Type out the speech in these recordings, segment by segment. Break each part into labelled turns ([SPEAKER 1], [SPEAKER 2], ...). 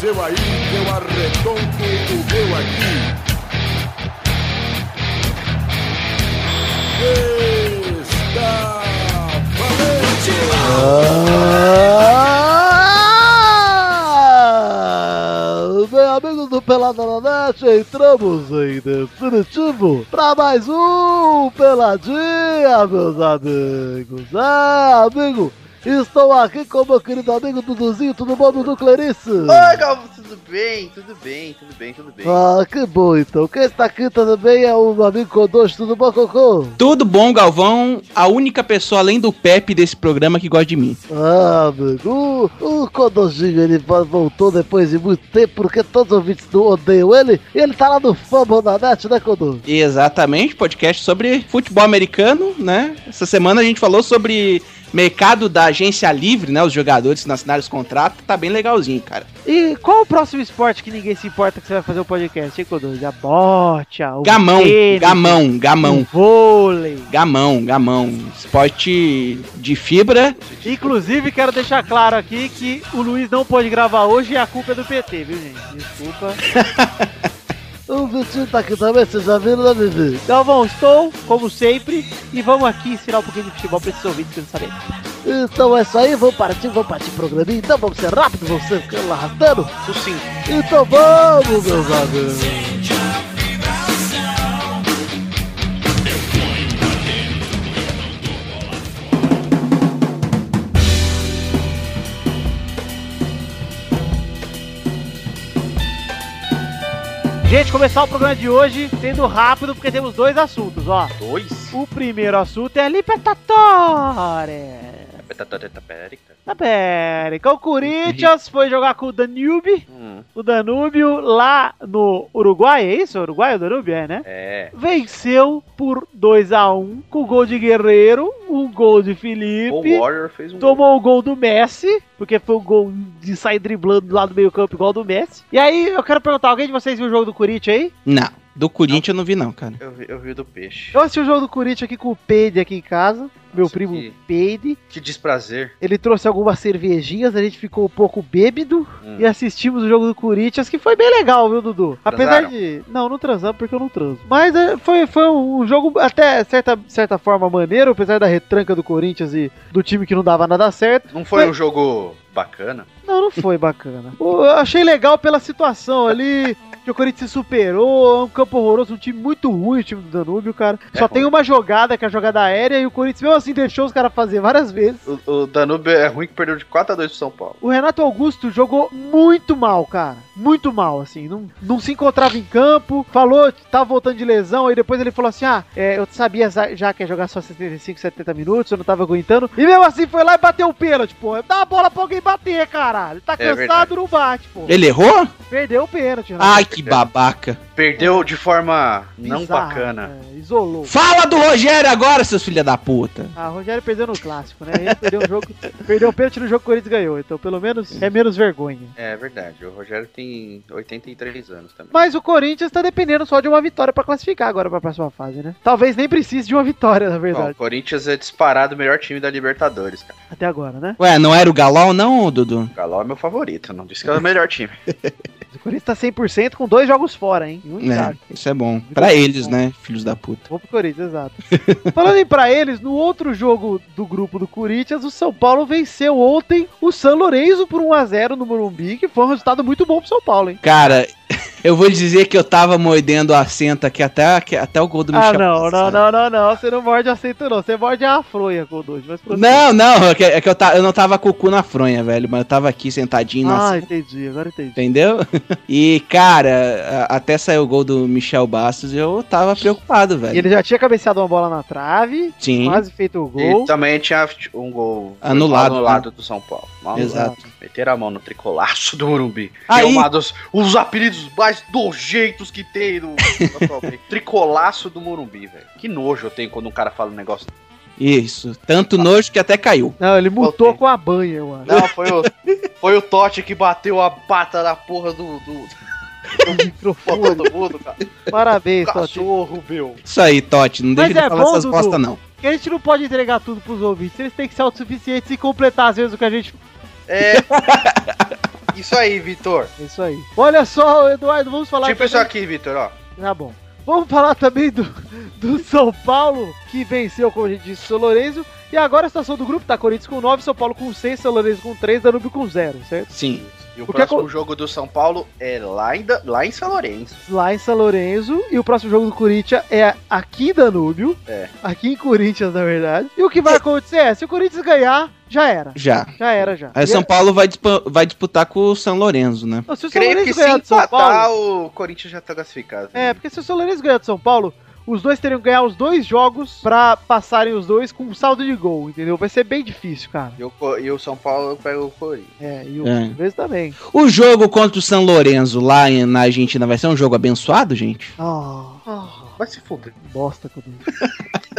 [SPEAKER 1] seu aí, eu arredonto o meu aqui. Está valente!
[SPEAKER 2] Ah! Bem, amigos do Pelada na Net, entramos em definitivo para mais um Peladinha, meus amigos. É, amigo, estou aqui com meu querido amigo Duduzinho, tudo bom, Dudu Clarice?
[SPEAKER 3] Oi, Galvão, tudo bem? Tudo bem, tudo bem, tudo bem.
[SPEAKER 2] Ah, que bom então. Quem está aqui também é o amigo Codoche, tudo bom, Cocô?
[SPEAKER 4] Tudo bom, Galvão? A única pessoa além do Pepe desse programa que gosta de mim.
[SPEAKER 2] Ah, amigo, o, o Codojinho ele vo- voltou depois de muito tempo, porque todos os ouvintes do odeiam ele, e ele tá lá no Fumble na net, né, Codô?
[SPEAKER 4] Exatamente, podcast sobre futebol americano, né? Essa semana a gente falou sobre mercado da agência livre, né? Os jogadores que não assinaram os contratos, tá bem legalzinho, cara.
[SPEAKER 5] E qual o próximo esporte que ninguém se importa que você vai fazer o podcast, hein, Codô? A bocha, o
[SPEAKER 4] Gamão,
[SPEAKER 5] tênis,
[SPEAKER 4] gamão,
[SPEAKER 5] o
[SPEAKER 4] gamão,
[SPEAKER 5] vôlei.
[SPEAKER 4] gamão, gamão. Esporte de fibra.
[SPEAKER 5] Inclusive, quero deixar claro aqui que o Luiz não pôde gravar hoje e a culpa é do PT, viu, gente? Desculpa.
[SPEAKER 2] O Vitinho tá aqui também, vocês já viram, né, Vivi?
[SPEAKER 5] Galvão, estou, como sempre, e vamos aqui ensinar um pouquinho de futebol pra esses ouvintes que não sabem.
[SPEAKER 2] Então é isso aí, vamos partir, vamos partir pro programinha, então vamos ser rápido, vamos ser lá arrastando.
[SPEAKER 3] Sim.
[SPEAKER 2] Então vamos, meus amigos.
[SPEAKER 5] Gente, começar o programa de hoje sendo rápido, porque temos dois assuntos, ó.
[SPEAKER 3] Dois?
[SPEAKER 5] O primeiro assunto é Libertadores. Tá bem, então o Corinthians foi jogar com o Danube.
[SPEAKER 3] Hum,
[SPEAKER 5] o Danúbio lá no Uruguai, é isso? Uruguai é o Danúbio, é, né?
[SPEAKER 3] é.
[SPEAKER 5] Venceu por 2 a 1 com gol de Guerreiro, um gol de
[SPEAKER 3] O
[SPEAKER 5] Felipe,
[SPEAKER 3] Warrior fez um.
[SPEAKER 5] tomou o gol do Messi, porque foi o gol de sair driblando lá do meio campo igual do Messi. E aí, eu quero perguntar, alguém de vocês viu o jogo do Corinthians aí?
[SPEAKER 4] Não, do Corinthians eu não vi não, cara.
[SPEAKER 3] Eu vi, eu vi o do peixe.
[SPEAKER 5] Eu assisti o jogo do Corinthians aqui com o Peide aqui em casa, meu
[SPEAKER 3] Nossa,
[SPEAKER 5] primo
[SPEAKER 3] que-
[SPEAKER 5] Peide.
[SPEAKER 3] Que desprazer.
[SPEAKER 5] Ele trouxe algumas cervejinhas, a gente ficou um pouco bêbado
[SPEAKER 3] Hum.
[SPEAKER 5] e assistimos o jogo do Corinthians, que foi bem legal, viu, Dudu? Apesar
[SPEAKER 3] Transaram?
[SPEAKER 5] de. Não, não transamos porque eu não transo. Mas é, foi, foi um jogo, até certa, certa forma, maneiro, apesar da retranca do Corinthians e do time que não dava nada certo.
[SPEAKER 3] Não foi
[SPEAKER 5] Mas-
[SPEAKER 3] um jogo bacana?
[SPEAKER 5] Não, não foi bacana. O- Eu achei legal pela situação ali. Que o Corinthians se superou, é um campo horroroso, um time muito ruim, o time do Danúbio, cara.
[SPEAKER 3] É
[SPEAKER 5] Só
[SPEAKER 3] ruim.
[SPEAKER 5] tem uma jogada, que é a jogada aérea, e o Corinthians, mesmo assim, deixou os caras fazer várias vezes.
[SPEAKER 3] O, o Danube é ruim que perdeu de 4x2 pro São Paulo.
[SPEAKER 5] O Renato Augusto jogou muito mal, cara. Muito mal, assim. Não, não se encontrava em campo. Falou, que tava voltando de lesão. Aí depois ele falou assim: Ah, é, eu sabia za- já que ia jogar só 75, 70 minutos. Eu não tava aguentando. E mesmo assim foi lá e bateu o pênalti, pô. Dá a bola pra alguém bater, caralho. Tá cansado,
[SPEAKER 3] É verdade.
[SPEAKER 5] não bate, pô.
[SPEAKER 4] Ele errou?
[SPEAKER 5] Perdeu o pênalti, né? Renato.
[SPEAKER 4] Ai, que babaca.
[SPEAKER 3] Perdeu de forma não
[SPEAKER 5] Bizarro,
[SPEAKER 3] bacana.
[SPEAKER 5] é, isolou.
[SPEAKER 4] Fala do Rogério agora, seus filha da puta.
[SPEAKER 5] Ah, o Rogério perdeu no clássico, né? Ele perdeu o jogo, perdeu o pênalti no jogo que o Corinthians ganhou. Então, pelo menos, é menos vergonha.
[SPEAKER 3] É verdade. O Rogério tem 83 anos também.
[SPEAKER 5] Mas o Corinthians tá dependendo só de uma vitória pra classificar agora pra próxima fase, né? Talvez nem precise de uma vitória, na
[SPEAKER 3] Bom, o
[SPEAKER 5] verdade,
[SPEAKER 3] Corinthians é disparado o melhor time da Libertadores, cara.
[SPEAKER 5] até agora, né?
[SPEAKER 4] Ué, não era o Galol não, Dudu?
[SPEAKER 3] O Galo é meu favorito, não disse que é o melhor time.
[SPEAKER 5] O Corinthians tá 100% com dois jogos fora, hein? E Um empate.
[SPEAKER 4] É, isso é bom. Pra eles, né, filhos da puta.
[SPEAKER 5] Vou pro Corinthians, exato. Falando em pra eles, no outro jogo do grupo do Corinthians, o São Paulo venceu ontem o São Lourenço por 1x0 no Morumbi, que foi um resultado muito bom pro São Paulo, hein?
[SPEAKER 4] Cara, eu vou dizer que eu tava mordendo a senta aqui até, que- até o gol do
[SPEAKER 5] Ah,
[SPEAKER 4] Michel.
[SPEAKER 5] não, não,
[SPEAKER 4] passar.
[SPEAKER 5] não, não, não. Você não morde aceito, não. Você morde a fronha com o dois, mas
[SPEAKER 4] Não, não, é que, é que eu, ta- eu não tava com o cu na fronha, velho, mas eu tava aqui sentadinho na
[SPEAKER 5] Ah,
[SPEAKER 4] senta,
[SPEAKER 5] entendi, agora entendi.
[SPEAKER 4] entendeu? E, cara, a- até sair o gol do Michel Bastos, eu tava preocupado,
[SPEAKER 5] E
[SPEAKER 4] velho.
[SPEAKER 5] ele já tinha cabeceado uma bola na trave,
[SPEAKER 4] Sim, tá
[SPEAKER 5] quase feito o
[SPEAKER 3] E
[SPEAKER 5] gol.
[SPEAKER 3] também tinha um gol
[SPEAKER 4] Anulado,
[SPEAKER 3] anulado né? do São Paulo. Mal
[SPEAKER 4] exato.
[SPEAKER 3] Meteram a mão no tricolaço do Morumbi.
[SPEAKER 4] Aí-
[SPEAKER 3] É uma dos os apelidos mais dojeitos que tem no atualmente. Tricolaço do Morumbi, velho. Que nojo eu tenho quando um cara fala um negócio.
[SPEAKER 4] Isso, tanto nojo que até caiu.
[SPEAKER 5] Não, ele mutou
[SPEAKER 3] Voltei.
[SPEAKER 5] com a banha, mano.
[SPEAKER 3] Não, foi o, foi o Totti que bateu a pata na porra do, do,
[SPEAKER 5] O microfone.
[SPEAKER 3] do mundo, cara.
[SPEAKER 5] Parabéns, Totti.
[SPEAKER 3] Cachorro, meu.
[SPEAKER 4] Isso aí, Totti, não
[SPEAKER 5] Mas
[SPEAKER 4] deixa de
[SPEAKER 5] é
[SPEAKER 4] falar
[SPEAKER 5] bom,
[SPEAKER 4] essas
[SPEAKER 5] Dudu?
[SPEAKER 4] bosta, não.
[SPEAKER 5] Porque a gente não pode entregar tudo pros ouvintes. Eles têm que ser autossuficientes e completar às vezes o que a gente.
[SPEAKER 3] É. Isso aí, Vitor.
[SPEAKER 5] É isso aí. Olha só, Eduardo, vamos falar
[SPEAKER 3] Tipo isso aqui, Vitor, ó.
[SPEAKER 5] Tá bom. Vamos falar também do, do São Paulo, que venceu, como a gente disse, o São Lourenço. E agora a situação do grupo tá Corinthians com 9, São Paulo com 6, São Lourenço com 3, Danúbio com 0, certo?
[SPEAKER 4] Sim.
[SPEAKER 3] E o,
[SPEAKER 5] O que é
[SPEAKER 3] próximo
[SPEAKER 5] acon-
[SPEAKER 3] jogo do São Paulo é lá em, Da- lá em São Lourenço.
[SPEAKER 5] Lá em São Lourenço. E o próximo jogo do Corinthians é aqui em Danúbio.
[SPEAKER 3] É.
[SPEAKER 5] Aqui em Corinthians, na verdade. E o que vai acontecer é, se o Corinthians ganhar, já era.
[SPEAKER 4] Já.
[SPEAKER 5] Já era, já.
[SPEAKER 4] Aí o
[SPEAKER 5] E- é
[SPEAKER 4] São Paulo vai, dispa- vai disputar com o São Lourenço, né?
[SPEAKER 5] Não, se o São
[SPEAKER 3] Creio que
[SPEAKER 5] Lourenço
[SPEAKER 3] se
[SPEAKER 5] ganhar do São Paulo...
[SPEAKER 3] empatar, o Corinthians já tá classificado.
[SPEAKER 5] É, porque se o São Lourenço ganhar do São Paulo, os dois teriam que ganhar os dois jogos pra passarem os dois com um saldo de gol, entendeu? Vai ser bem difícil, cara.
[SPEAKER 3] E o, Co- e o São Paulo pega o Corinthians.
[SPEAKER 5] É, e o
[SPEAKER 4] É.
[SPEAKER 5] Lourenço também.
[SPEAKER 4] O jogo contra o São Lourenço lá em- na Argentina vai ser um jogo abençoado, gente?
[SPEAKER 5] Ah, ah,
[SPEAKER 3] Vai se fuder.
[SPEAKER 5] bosta que eu dei.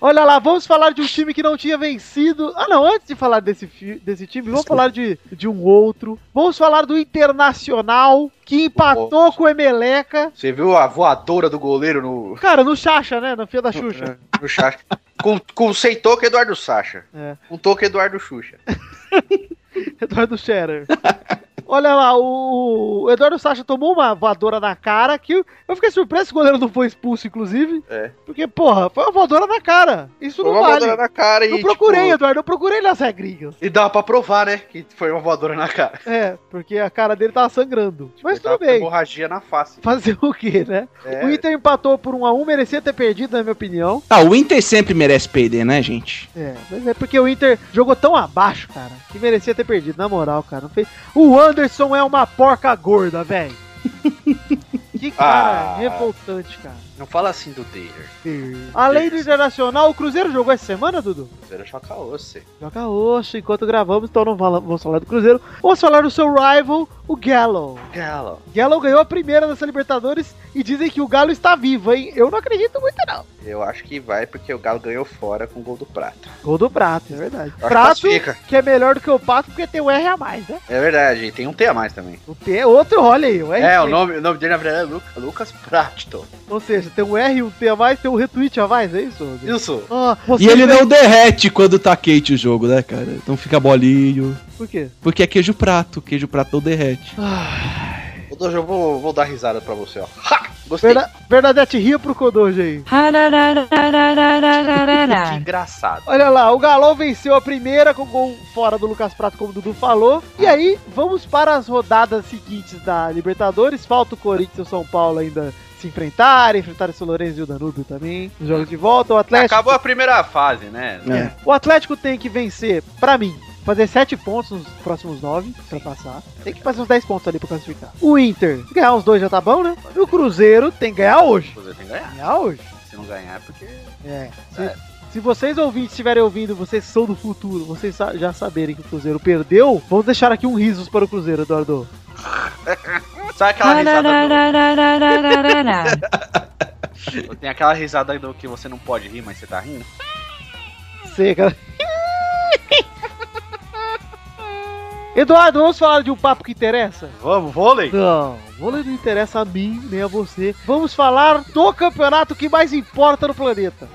[SPEAKER 5] Olha lá, vamos falar de um time que não tinha vencido. Ah, não, antes de falar desse, fi- desse time, vamos falar de, de um outro. Vamos falar do Internacional, que empatou com o Emeleca.
[SPEAKER 3] Você viu a voadora do goleiro no,
[SPEAKER 5] Cara, no Chacha, né? Na fia da Xuxa.
[SPEAKER 3] no Sacha? com, com sem toque, Eduardo Sacha.
[SPEAKER 5] É.
[SPEAKER 3] Com toque, Eduardo Xuxa. É.
[SPEAKER 5] Eduardo Scherer. Olha lá, o o Eduardo Sacha tomou uma voadora na cara que eu fiquei surpreso que o goleiro não foi expulso, inclusive.
[SPEAKER 3] É.
[SPEAKER 5] Porque, porra, foi uma voadora na cara. Isso
[SPEAKER 3] Foi
[SPEAKER 5] não
[SPEAKER 3] uma voadora
[SPEAKER 5] vale.
[SPEAKER 3] na cara e.
[SPEAKER 5] Eu procurei,
[SPEAKER 3] tipo,
[SPEAKER 5] Eduardo, eu procurei nas regrinhas.
[SPEAKER 3] e dava pra provar, né? Que foi uma voadora na cara.
[SPEAKER 5] É, porque a cara dele tava sangrando. Mas
[SPEAKER 3] Tipo, Ele tava
[SPEAKER 5] tudo
[SPEAKER 3] com
[SPEAKER 5] bem.
[SPEAKER 3] Hemorragia na face.
[SPEAKER 5] Fazer o quê, né?
[SPEAKER 3] É.
[SPEAKER 5] O Inter empatou por 1 a 1 merecia ter perdido, na minha opinião.
[SPEAKER 4] Ah, o Inter sempre merece perder, né, gente?
[SPEAKER 5] É, mas é porque o Inter jogou tão abaixo, cara, que merecia ter perdido, na moral, cara. Não fez... O Anderson é uma porca gorda, velho. que cara
[SPEAKER 3] Ah.
[SPEAKER 5] revoltante, cara.
[SPEAKER 3] Não fala assim do Taylor.
[SPEAKER 5] Além do Internacional, o Cruzeiro jogou essa semana, Dudu?
[SPEAKER 3] Você era chacal, você.
[SPEAKER 5] Joga osso enquanto gravamos, então não fala- vamos falar do Cruzeiro. Vamos falar do seu rival, o Galo.
[SPEAKER 3] Galo.
[SPEAKER 5] Galo ganhou a primeira dessa Libertadores e dizem que o Galo está vivo, hein? Eu não acredito muito, não.
[SPEAKER 3] Eu acho que vai porque o Galo ganhou fora com o gol do Prato.
[SPEAKER 5] Gol do Prato, é
[SPEAKER 3] Eu
[SPEAKER 5] verdade.
[SPEAKER 3] acho que tá
[SPEAKER 5] Prato,
[SPEAKER 3] classifica.
[SPEAKER 5] que é melhor do que o Pato porque tem o R a mais, né?
[SPEAKER 3] É verdade, e tem um T a mais também.
[SPEAKER 5] O T é outro, olha aí, o R.
[SPEAKER 3] É, o nome, o nome dele na verdade é Lu- Lucas Prato.
[SPEAKER 5] Ou seja, tem um R, um T a mais, tem um retweet a mais, é isso? Rodrigo?
[SPEAKER 3] Isso.
[SPEAKER 5] Ah, você
[SPEAKER 4] E ele
[SPEAKER 5] vem-
[SPEAKER 4] não derrete quando tá quente o jogo, né, cara? Então fica bolinho.
[SPEAKER 5] Por quê?
[SPEAKER 4] Porque é queijo prato, queijo prato não derrete.
[SPEAKER 3] Kodojo, eu vou, vou dar risada pra você, ó. Ha! Gostei.
[SPEAKER 5] Verda... Bernadette ria pro Kodoji aí.
[SPEAKER 3] Que
[SPEAKER 6] Harararararararara.
[SPEAKER 3] engraçado.
[SPEAKER 5] Olha lá, o Galão venceu a primeira com gol fora do Lucas Prato, como o Dudu falou. E aí, vamos para as rodadas seguintes da Libertadores. Falta o Corinthians e o São Paulo ainda se enfrentarem, enfrentar o São Lourenço e o Danúbio também. Os jogos de volta, o Atlético.
[SPEAKER 3] Acabou a primeira fase, né?
[SPEAKER 4] É.
[SPEAKER 5] O Atlético tem que vencer, pra mim, fazer 7 pontos nos próximos 9 pra passar. Tem que fazer uns 10 pontos ali pra classificar. O Inter, se ganhar uns dois já tá bom, né? E o Cruzeiro tem que ganhar hoje.
[SPEAKER 3] Você tem que ganhar.
[SPEAKER 5] Ganhar hoje.
[SPEAKER 3] Se não ganhar, é porque.
[SPEAKER 5] É.
[SPEAKER 3] É.
[SPEAKER 5] Se, se vocês ouvintes estiverem ouvindo, vocês são do futuro, vocês sa- já saberem que o Cruzeiro perdeu, vamos deixar aqui um risos para o Cruzeiro, Eduardo.
[SPEAKER 3] Sabe aquela risada
[SPEAKER 6] Harararararararara.
[SPEAKER 3] do... Tem aquela risada do que você não pode rir, mas você tá rindo?
[SPEAKER 5] Sei, cara. Eduardo, vamos falar de um papo que interessa?
[SPEAKER 3] Vamos, vôlei?
[SPEAKER 5] Não, vôlei não interessa a mim nem a você. Vamos falar do campeonato que mais importa no planeta.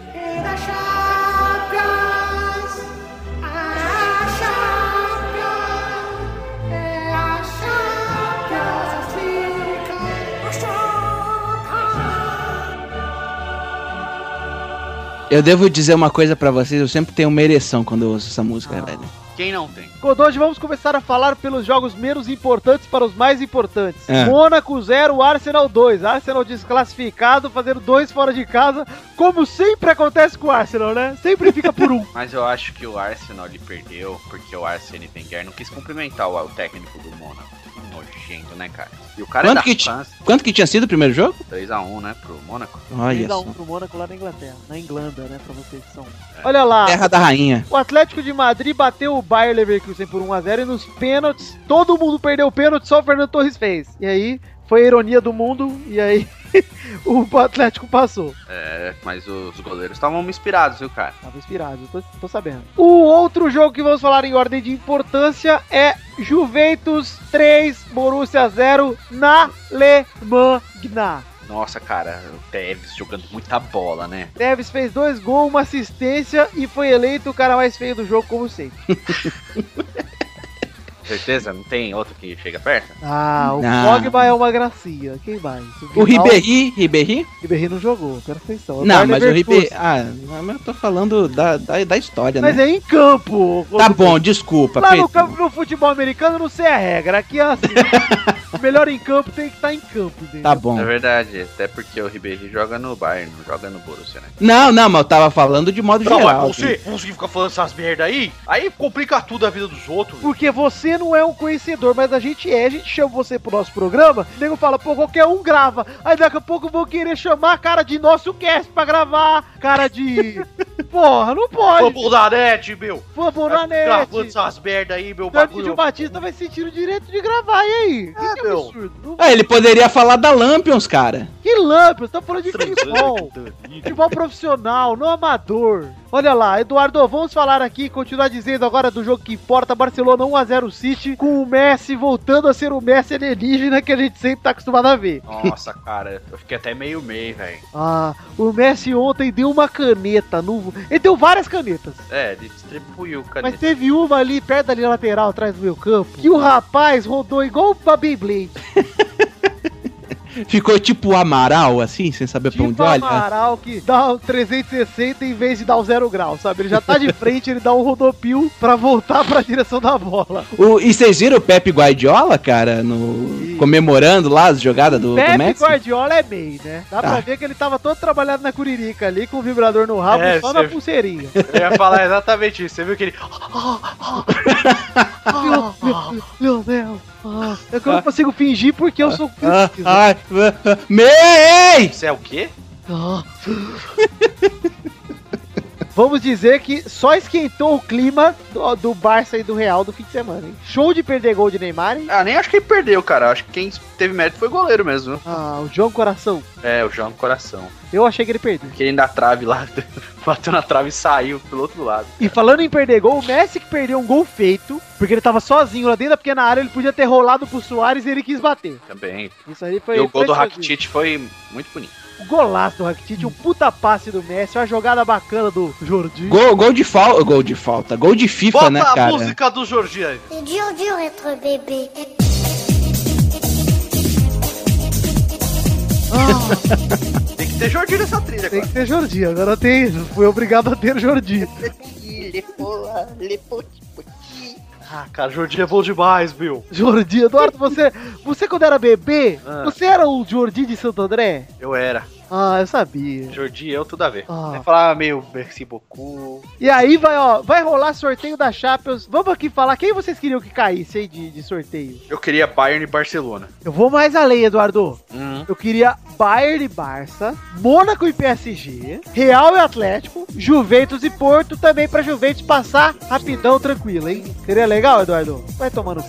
[SPEAKER 4] Eu devo dizer uma coisa pra vocês, eu sempre tenho uma ereção quando eu ouço essa
[SPEAKER 5] Ah.
[SPEAKER 4] música, velho.
[SPEAKER 3] Quem não tem?
[SPEAKER 5] Godoji, vamos começar a falar pelos jogos menos importantes para os mais importantes.
[SPEAKER 4] É.
[SPEAKER 5] Mônaco 0, Arsenal 2. Arsenal desclassificado, fazendo dois fora de casa, como sempre acontece com o Arsenal, né? Sempre fica por um.
[SPEAKER 3] Mas eu acho que o Arsenal ele perdeu porque o Arsene Wenger não quis cumprimentar o, o técnico do Mônaco. Que nojento, né, cara? E o cara
[SPEAKER 4] Quanto
[SPEAKER 3] é da
[SPEAKER 4] que ti-
[SPEAKER 3] França,
[SPEAKER 4] Quanto que tinha sido o primeiro jogo?
[SPEAKER 3] 3x1, né, pro Mônaco.
[SPEAKER 4] Olha
[SPEAKER 5] 3 a
[SPEAKER 4] só.
[SPEAKER 5] 1 pro Mônaco lá na Inglaterra, na Inglanda, né, pra vocês que são. Olha lá.
[SPEAKER 4] Terra da Rainha.
[SPEAKER 5] O Atlético de Madrid bateu o Bayer Leverkusen por 1x0 e nos pênaltis, todo mundo perdeu o pênalti, só o Fernando Torres fez. E aí, foi a ironia do mundo, e aí o Atlético passou.
[SPEAKER 3] É, mas os goleiros estavam inspirados, viu, cara?
[SPEAKER 5] Tava inspirado, eu tô, tô sabendo. O outro jogo que vamos falar em ordem de importância é Juventus 3, Borussia 0 na Alemanha.
[SPEAKER 3] Nossa, cara, o Tevez jogando muita bola, né?
[SPEAKER 5] Neves fez dois gols, uma assistência e foi eleito o cara mais feio do jogo, como sempre.
[SPEAKER 3] Certeza? Não tem outro que chega perto?
[SPEAKER 5] Ah, o
[SPEAKER 4] Não.
[SPEAKER 5] Pogba é uma gracinha. Quem mais?
[SPEAKER 4] O
[SPEAKER 5] Vidal-
[SPEAKER 4] Ribéry, Ribéry?
[SPEAKER 5] O Ribéry não jogou, É perfeição.
[SPEAKER 4] Não,
[SPEAKER 5] Bayern
[SPEAKER 4] mas o
[SPEAKER 5] Leverkusen.
[SPEAKER 4] Ribéry... Ah, mas eu tô falando da, da, da história,
[SPEAKER 5] Mas
[SPEAKER 4] né?
[SPEAKER 5] é em campo.
[SPEAKER 4] Tá
[SPEAKER 5] Quando-
[SPEAKER 4] bom, desculpa,
[SPEAKER 5] Lá no,
[SPEAKER 4] Pedro.
[SPEAKER 5] campo, no futebol americano não sei a regra. Aqui é assim. melhor em campo tem que estar em campo. Entendeu?
[SPEAKER 4] Tá
[SPEAKER 3] É
[SPEAKER 4] bom.
[SPEAKER 3] verdade, até porque o Ribeirinho joga no Bayern, não joga no Borussia, né?
[SPEAKER 4] Não, não, mas eu tava falando de modo
[SPEAKER 5] É,
[SPEAKER 3] Não, é mas
[SPEAKER 4] geral.
[SPEAKER 3] você conseguir ficar falando essas merda aí, aí complica tudo a vida dos outros.
[SPEAKER 5] Porque você não é um conhecedor, mas a gente é. A gente chama você pro nosso programa, o nego fala, pô, qualquer um grava. Aí daqui a pouco vão querer chamar a cara de nosso cast pra gravar. Cara de. Porra, não pode.
[SPEAKER 3] Vamos na net, meu!
[SPEAKER 5] Vamos na
[SPEAKER 3] Gravando
[SPEAKER 5] net.
[SPEAKER 3] essas merda aí, meu
[SPEAKER 5] Tanto que
[SPEAKER 3] bagulho.
[SPEAKER 5] o Batista vai sentir o direito de gravar, e aí?
[SPEAKER 3] É,
[SPEAKER 5] que, que
[SPEAKER 3] meu.
[SPEAKER 5] absurdo. Não-
[SPEAKER 4] Ah, ele poderia falar da Lampions, cara.
[SPEAKER 5] Que lâmpadas, tá falando de futebol.
[SPEAKER 3] Transando.
[SPEAKER 5] Futebol profissional, não amador. Olha lá, Eduardo, vamos falar aqui, continuar dizendo agora do jogo que importa, Barcelona 1x0 City, com o Messi voltando a ser o Messi alienígena que a gente sempre tá acostumado a ver.
[SPEAKER 3] Nossa, cara, eu fiquei até meio meio, velho.
[SPEAKER 5] Ah, o Messi ontem deu uma caneta no... Ele deu várias canetas.
[SPEAKER 3] É, ele distribuiu, cadê?
[SPEAKER 5] Mas teve uma ali, perto ali na lateral, atrás do meu campo, que o rapaz rodou igual uma Beyblade.
[SPEAKER 4] Ficou tipo Amaral, assim, sem saber pra onde
[SPEAKER 5] Tipo
[SPEAKER 4] olha.
[SPEAKER 5] Amaral que dá o 360 em vez de dar o zero grau, sabe? Ele já tá de frente, ele dá um rodopio pra voltar pra direção da bola.
[SPEAKER 4] O, e vocês viram o Pepe Guardiola, cara, no, comemorando lá as jogadas do, do
[SPEAKER 5] Pepe
[SPEAKER 4] Messi?
[SPEAKER 5] Guardiola é meio, né? Dá pra
[SPEAKER 4] Ah.
[SPEAKER 5] ver que ele tava todo trabalhado na curirica ali, com o vibrador no rabo
[SPEAKER 3] É,
[SPEAKER 5] e só
[SPEAKER 3] você-
[SPEAKER 5] na pulseirinha.
[SPEAKER 3] Eu ia falar exatamente isso, você viu que ele.
[SPEAKER 5] Meu- meu- Meu Deus. ah, É que eu não consigo fingir porque eu sou...
[SPEAKER 4] Ah, ai, ah, ah, Mei!
[SPEAKER 3] Isso é o quê?
[SPEAKER 5] Ah. Vamos dizer que só esquentou o clima do, do Barça e do Real do fim de semana, hein? Show de perder gol de Neymar, hein?
[SPEAKER 3] Ah, nem acho que ele perdeu, cara. Acho que quem teve mérito foi o goleiro mesmo. viu?
[SPEAKER 5] Ah, o João Coração.
[SPEAKER 3] É, o João Coração.
[SPEAKER 5] Eu achei que ele perdeu.
[SPEAKER 3] Aquele na trave lá, bateu na trave e saiu pelo outro lado.
[SPEAKER 5] E falando em perder gol, o Messi que perdeu um gol feito, porque ele tava sozinho lá dentro da pequena área, ele podia ter rolado pro Soares e ele quis bater.
[SPEAKER 3] Também.
[SPEAKER 5] Isso aí foi.
[SPEAKER 3] e o gol
[SPEAKER 5] foi
[SPEAKER 3] do
[SPEAKER 5] sozinho.
[SPEAKER 3] Rakitic foi muito bonito.
[SPEAKER 5] O golaço do Rakitic, um puta passe do Messi, uma jogada bacana do Jordi.
[SPEAKER 4] Gol, gol de falta, gol de falta, gol de FIFA, né, cara?
[SPEAKER 3] do Jordi aí.
[SPEAKER 7] C'est dur, dur être bébé.
[SPEAKER 5] Ah,
[SPEAKER 3] Tem que ter Jordi nessa trilha
[SPEAKER 5] tem que
[SPEAKER 3] agora.
[SPEAKER 5] ter Jordi, agora tem. Fui obrigado a ter Jordi.
[SPEAKER 3] Ah, cara, Jordi é bom demais, meu.
[SPEAKER 5] Jordi, Eduardo, você, você quando era bebê,
[SPEAKER 3] Ah.
[SPEAKER 5] você era o Jordi de Santo André?
[SPEAKER 3] Eu era.
[SPEAKER 5] Ah, eu sabia.
[SPEAKER 3] Jordi e eu, tudo a ver.
[SPEAKER 5] Ah.
[SPEAKER 3] Eu falava meio Merci beaucoup.
[SPEAKER 5] E aí vai, ó, vai rolar sorteio da Champions. Vamos aqui falar quem vocês queriam que caísse aí de, de sorteio.
[SPEAKER 3] Eu queria Bayern e Barcelona.
[SPEAKER 5] Eu vou mais além, Eduardo.
[SPEAKER 3] Hum.
[SPEAKER 5] Eu queria Bayern e Barça, Mônaco e PSG, Real e Atlético, Juventus e Porto também pra Juventus passar rapidão, tranquilo, hein? Seria legal, Eduardo? Vai tomando.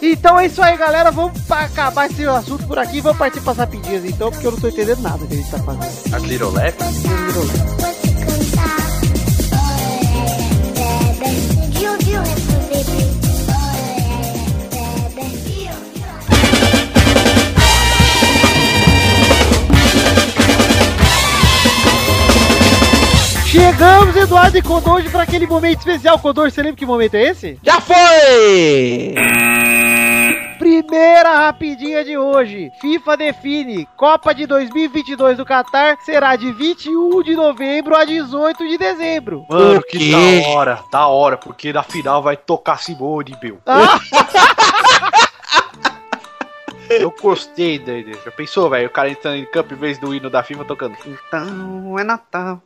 [SPEAKER 5] Então é isso aí, galera. Vamos pa- acabar esse assunto por aqui. Vamos partir pras rapidinhas então, porque eu não tô entendendo nada que a gente tá fazendo.
[SPEAKER 3] As Little Leopards.
[SPEAKER 7] Pourquoi tu es comme ça Oh, bébé. C'est dur, dur être bébé. Oh, bébé. Dur, dur.
[SPEAKER 5] Chegamos, Eduardo e Condor, pra aquele momento especial. Condor, você lembra que momento é esse?
[SPEAKER 4] Já foi!
[SPEAKER 5] Primeira rapidinha de hoje. FIFA define. Copa de 2022 do Catar será de 21 de novembro a 18 de dezembro.
[SPEAKER 3] Mano,
[SPEAKER 4] O
[SPEAKER 3] que
[SPEAKER 4] quê?
[SPEAKER 3] da hora, da hora, porque na final vai tocar Simone, meu.
[SPEAKER 5] Ah,
[SPEAKER 3] Eu gostei dele. Já pensou, velho? O cara entrando em campo em vez do hino da FIFA tocando. Então é Natal.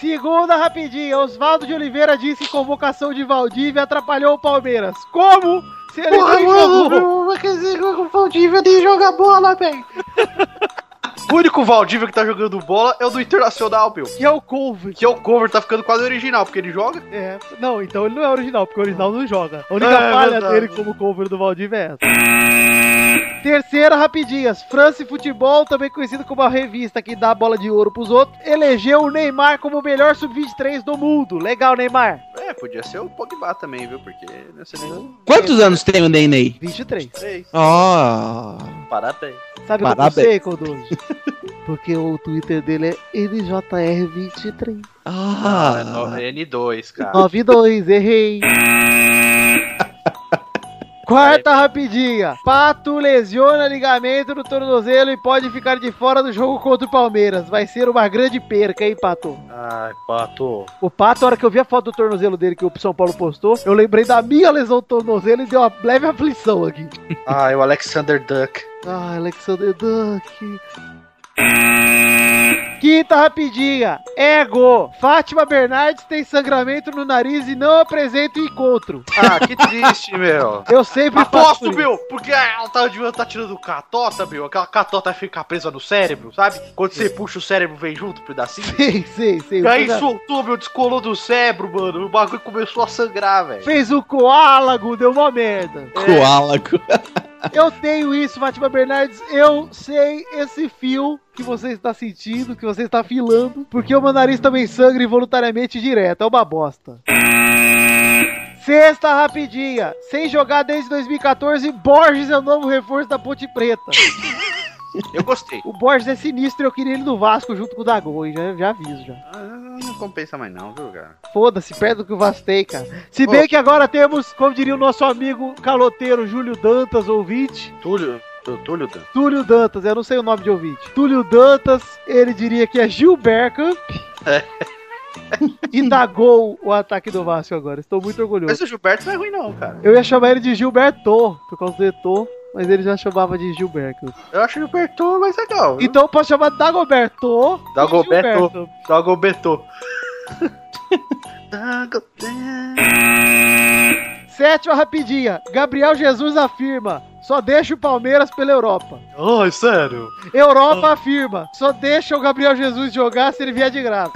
[SPEAKER 5] segunda rapidinha. Oswaldo de Oliveira disse que convocação de Valdívia atrapalhou o Palmeiras. Como? Se ele nem jogou.
[SPEAKER 3] O único Valdívia que tá jogando bola é o do Internacional, meu.
[SPEAKER 5] Que é o Couve.
[SPEAKER 3] Que é o cover, tá ficando quase original, porque ele joga.
[SPEAKER 5] É, não, então ele não é original, porque o original não joga. A única
[SPEAKER 3] É,
[SPEAKER 5] falha
[SPEAKER 3] verdade.
[SPEAKER 5] dele como cover do Valdívia é essa. Terceira, rapidinhas. França e Futebol, também conhecido como a revista que dá a bola de ouro pros outros, elegeu o Neymar como o melhor sub-23 do mundo. Legal, Neymar.
[SPEAKER 3] É, podia ser o Pogba também, viu? Porque nessa nem
[SPEAKER 4] Quantos anos tem o Nenei?
[SPEAKER 5] 23.
[SPEAKER 3] três.
[SPEAKER 4] Ó.
[SPEAKER 3] Parabéns.
[SPEAKER 4] Ah.
[SPEAKER 5] Sabe o que eu
[SPEAKER 4] Parabéns.
[SPEAKER 5] sei, Codoso?
[SPEAKER 2] Porque o Twitter dele é NJR23.
[SPEAKER 3] Ah, é
[SPEAKER 4] Ah,
[SPEAKER 3] no- N2,
[SPEAKER 2] Ah.
[SPEAKER 3] cara.
[SPEAKER 2] 92, errei.
[SPEAKER 5] Quarta rapidinha. Pato lesiona ligamento no tornozelo e pode ficar de fora do jogo contra o Palmeiras. Vai ser uma grande perca, hein, Pato?
[SPEAKER 3] Ai, pato.
[SPEAKER 5] O Pato, a hora que eu vi a foto do tornozelo dele que o São Paulo postou, eu lembrei da minha lesão do tornozelo e deu uma leve aflição aqui.
[SPEAKER 3] Ai, o Alexander Duck.
[SPEAKER 5] Ah, Alexander Duck. Quinta rapidinha. Ego. Fátima Bernardes tem sangramento no nariz e não apresenta o encontro.
[SPEAKER 3] Ah, que triste, meu.
[SPEAKER 5] Eu sempre faço
[SPEAKER 3] Aposto,
[SPEAKER 5] isso.
[SPEAKER 3] meu, porque ela tá, ela tá tirando catota, meu. Aquela catota fica presa no cérebro, sabe? Quando você puxa o cérebro, vem junto um pedacinho.
[SPEAKER 5] Sei, sei, sei.
[SPEAKER 3] E aí soltou, meu, descolou do cérebro, mano. O bagulho começou a sangrar, velho.
[SPEAKER 5] Fez o coálago, deu uma merda.
[SPEAKER 4] Koala. co-
[SPEAKER 5] Eu tenho isso, Fátima Bernardes. Eu sei esse fio que você está sentindo, que você está filando, porque o meu nariz também sangra involuntariamente direto. É uma bosta. Sexta rapidinha. Sem jogar desde 2014, Borges é o novo reforço da Ponte Preta.
[SPEAKER 3] Eu gostei.
[SPEAKER 5] O Borges é sinistro, eu queria ele no Vasco junto com o Dagoi, já, já aviso já.
[SPEAKER 3] Ah, não compensa mais não, viu, cara?
[SPEAKER 5] Foda-se, perto do que o Vasco tem, cara. Se bem que agora temos, como diria o nosso amigo caloteiro Júlio Dantas, ouvinte,
[SPEAKER 3] Túlio, Tú- Túlio Dan.
[SPEAKER 5] Túlio Dantas, eu não sei o nome de ouvinte. Túlio Dantas, ele diria que é Gilberca. e dá gol o ataque do Vasco agora. Estou muito orgulhoso.
[SPEAKER 3] Mas o Gilberto não é ruim não, cara.
[SPEAKER 5] Eu ia chamar ele de Gilberto, por causa do Etor, mas ele já chamava de Gilberca.
[SPEAKER 3] Eu acho o Gilberto mais legal. viu?
[SPEAKER 5] Então eu posso chamar Dagoberto. e
[SPEAKER 3] Dagoberto.
[SPEAKER 5] Gilberto.
[SPEAKER 3] Joga o Betô. Joga o Betô.
[SPEAKER 5] Sétima rapidinha. Gabriel Jesus afirma. Só deixa o Palmeiras pela Europa.
[SPEAKER 3] Ai, Oh, é sério?
[SPEAKER 5] Europa afirma. Só deixa o Gabriel Jesus jogar se ele vier de graça.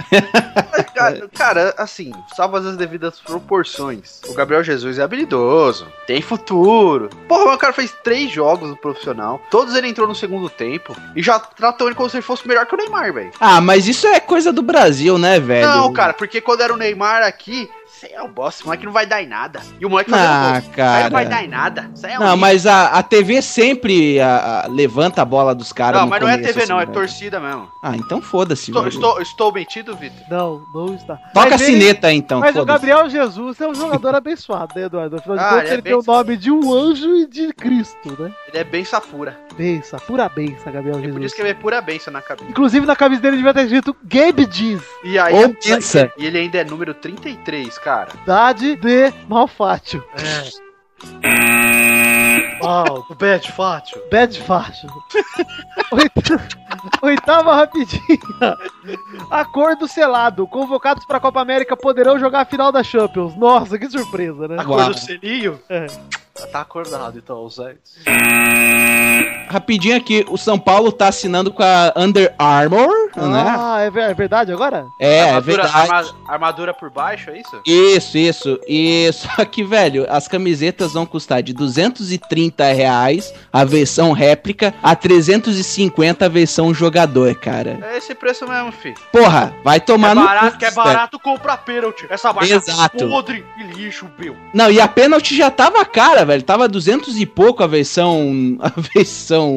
[SPEAKER 3] Cara, cara, assim, salvas as devidas proporções. O Gabriel Jesus é habilidoso, tem futuro. Porra, o cara fez três jogos no profissional. Todos ele entrou no segundo tempo e já tratou ele como se ele fosse melhor que o Neymar, velho.
[SPEAKER 4] Ah, mas isso é coisa do Brasil, né, velho?
[SPEAKER 3] Não, cara, porque quando era o Neymar aqui, você é um bosta, esse moleque não vai dar em nada. E o moleque
[SPEAKER 4] Ah,
[SPEAKER 3] fazendo gol. Aí
[SPEAKER 4] cara.
[SPEAKER 3] não vai dar em nada. Isso aí é um
[SPEAKER 4] Não,
[SPEAKER 3] lixo.
[SPEAKER 4] mas a, a TV sempre a- a- levanta a bola dos caras.
[SPEAKER 3] Não,
[SPEAKER 4] no
[SPEAKER 3] mas não é
[SPEAKER 4] começo,
[SPEAKER 3] TV,
[SPEAKER 4] assim,
[SPEAKER 3] não, é
[SPEAKER 4] velho.
[SPEAKER 3] torcida mesmo.
[SPEAKER 4] Ah, então foda-se.
[SPEAKER 3] Estou,
[SPEAKER 4] velho.
[SPEAKER 3] estou, estou mentindo, Vitor?
[SPEAKER 5] Não, não está.
[SPEAKER 4] Toca a
[SPEAKER 5] Mas ele-
[SPEAKER 4] sineta aí, então.
[SPEAKER 5] Mas o
[SPEAKER 4] foda-se.
[SPEAKER 5] Gabriel Jesus é um jogador abençoado, né, Eduardo? Afinal de
[SPEAKER 3] Ah,
[SPEAKER 5] contas,
[SPEAKER 3] ele é
[SPEAKER 5] ele tem o
[SPEAKER 3] abençoado.
[SPEAKER 5] nome de um anjo e de Cristo, né?
[SPEAKER 3] Ele é bem safura.
[SPEAKER 5] Bença, pura bença, Gabriel
[SPEAKER 3] Ele podia
[SPEAKER 5] Jesus.
[SPEAKER 3] escrever pura benção na cabeça.
[SPEAKER 5] Inclusive, na camisa dele devia ter escrito Gabe Diz,
[SPEAKER 3] E aí.
[SPEAKER 4] Ou pizza.
[SPEAKER 3] E ele ainda é número 33, cara.
[SPEAKER 5] idade de Malfátio.
[SPEAKER 3] Uau, o Bad Fátio.
[SPEAKER 5] Bad Fátio. Oita- Oitava rapidinha. Acordo selado. Convocados para a Copa América poderão jogar a final da Champions. Nossa, que surpresa, né?
[SPEAKER 3] Agora
[SPEAKER 4] Uau.
[SPEAKER 3] o selinho?
[SPEAKER 5] É.
[SPEAKER 3] Tá acordado, então, Zé. assim.
[SPEAKER 4] Rapidinho aqui, o São Paulo tá assinando com a Under Armour, né?
[SPEAKER 5] Ah, é ver- é verdade agora?
[SPEAKER 4] É, é
[SPEAKER 3] armadura,
[SPEAKER 4] verdade.
[SPEAKER 3] arma- armadura por baixo, é isso?
[SPEAKER 4] Isso, isso. E só que, velho, as camisetas vão custar de 230 reais a versão réplica a 350 a versão jogador, cara.
[SPEAKER 3] É esse preço mesmo, filho.
[SPEAKER 4] Porra, vai tomar
[SPEAKER 3] é barato,
[SPEAKER 4] cu,
[SPEAKER 3] que é
[SPEAKER 4] velho.
[SPEAKER 3] barato, compra pênalti. Essa baixa
[SPEAKER 4] Exato.
[SPEAKER 3] podre e lixo, meu.
[SPEAKER 4] Não, e a pênalti já tava cara, velho. Tava 200 e pouco a versão. A versão.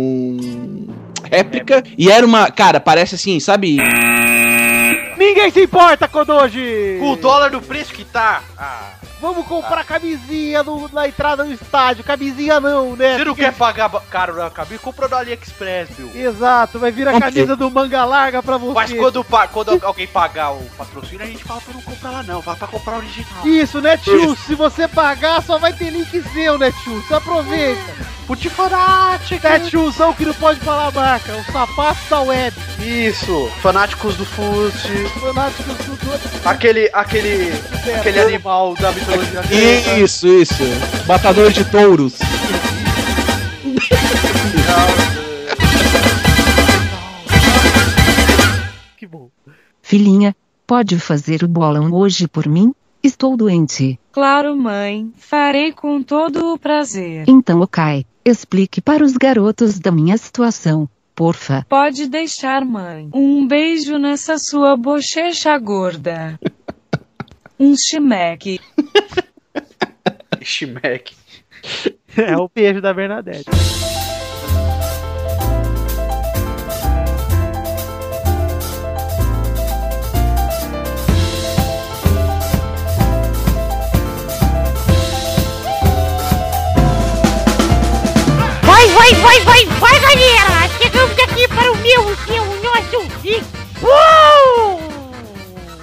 [SPEAKER 4] réplica. E era uma. Cara, parece assim, sabe?
[SPEAKER 5] Ninguém se importa, Kodoji!
[SPEAKER 3] Com o dólar do preço que tá. Ah,
[SPEAKER 5] Vamos comprar camisinha no- na entrada do estádio. Camisinha não, né?
[SPEAKER 3] você não quer pagar ba- caro na cabeça? Compra no AliExpress, meu.
[SPEAKER 5] Exato, vai vir a
[SPEAKER 4] Ok.
[SPEAKER 5] camisa do manga larga pra você.
[SPEAKER 3] Mas quando, pa- quando alguém pagar o patrocínio, a gente fala pra não comprar lá não, fala pra comprar o original.
[SPEAKER 5] Isso, né, tio? Se você pagar, só vai ter link seu, né, tio? Só aproveita.
[SPEAKER 3] Putifanática!
[SPEAKER 5] Né, tiozão que não pode falar a marca. O sapato da web.
[SPEAKER 3] Isso! Fanáticos do fute,
[SPEAKER 5] Fanático do futuro.
[SPEAKER 3] aquele, aquele, aquele animal da mitologia grega.
[SPEAKER 4] Isso, isso. Matador de touros.
[SPEAKER 5] Que bom.
[SPEAKER 8] Filhinha, pode fazer o bolão hoje por mim? Estou doente.
[SPEAKER 6] Claro, mãe. Farei com todo o prazer.
[SPEAKER 8] Então, ok, explique para os garotos da minha situação, porfa.
[SPEAKER 6] Pode deixar, mãe. Um beijo nessa sua bochecha gorda. Um chimeque.
[SPEAKER 3] Shimek.
[SPEAKER 5] É o beijo da Bernadette.
[SPEAKER 9] galera! Chegamos aqui para o meu, o seu, o nosso e- Uh!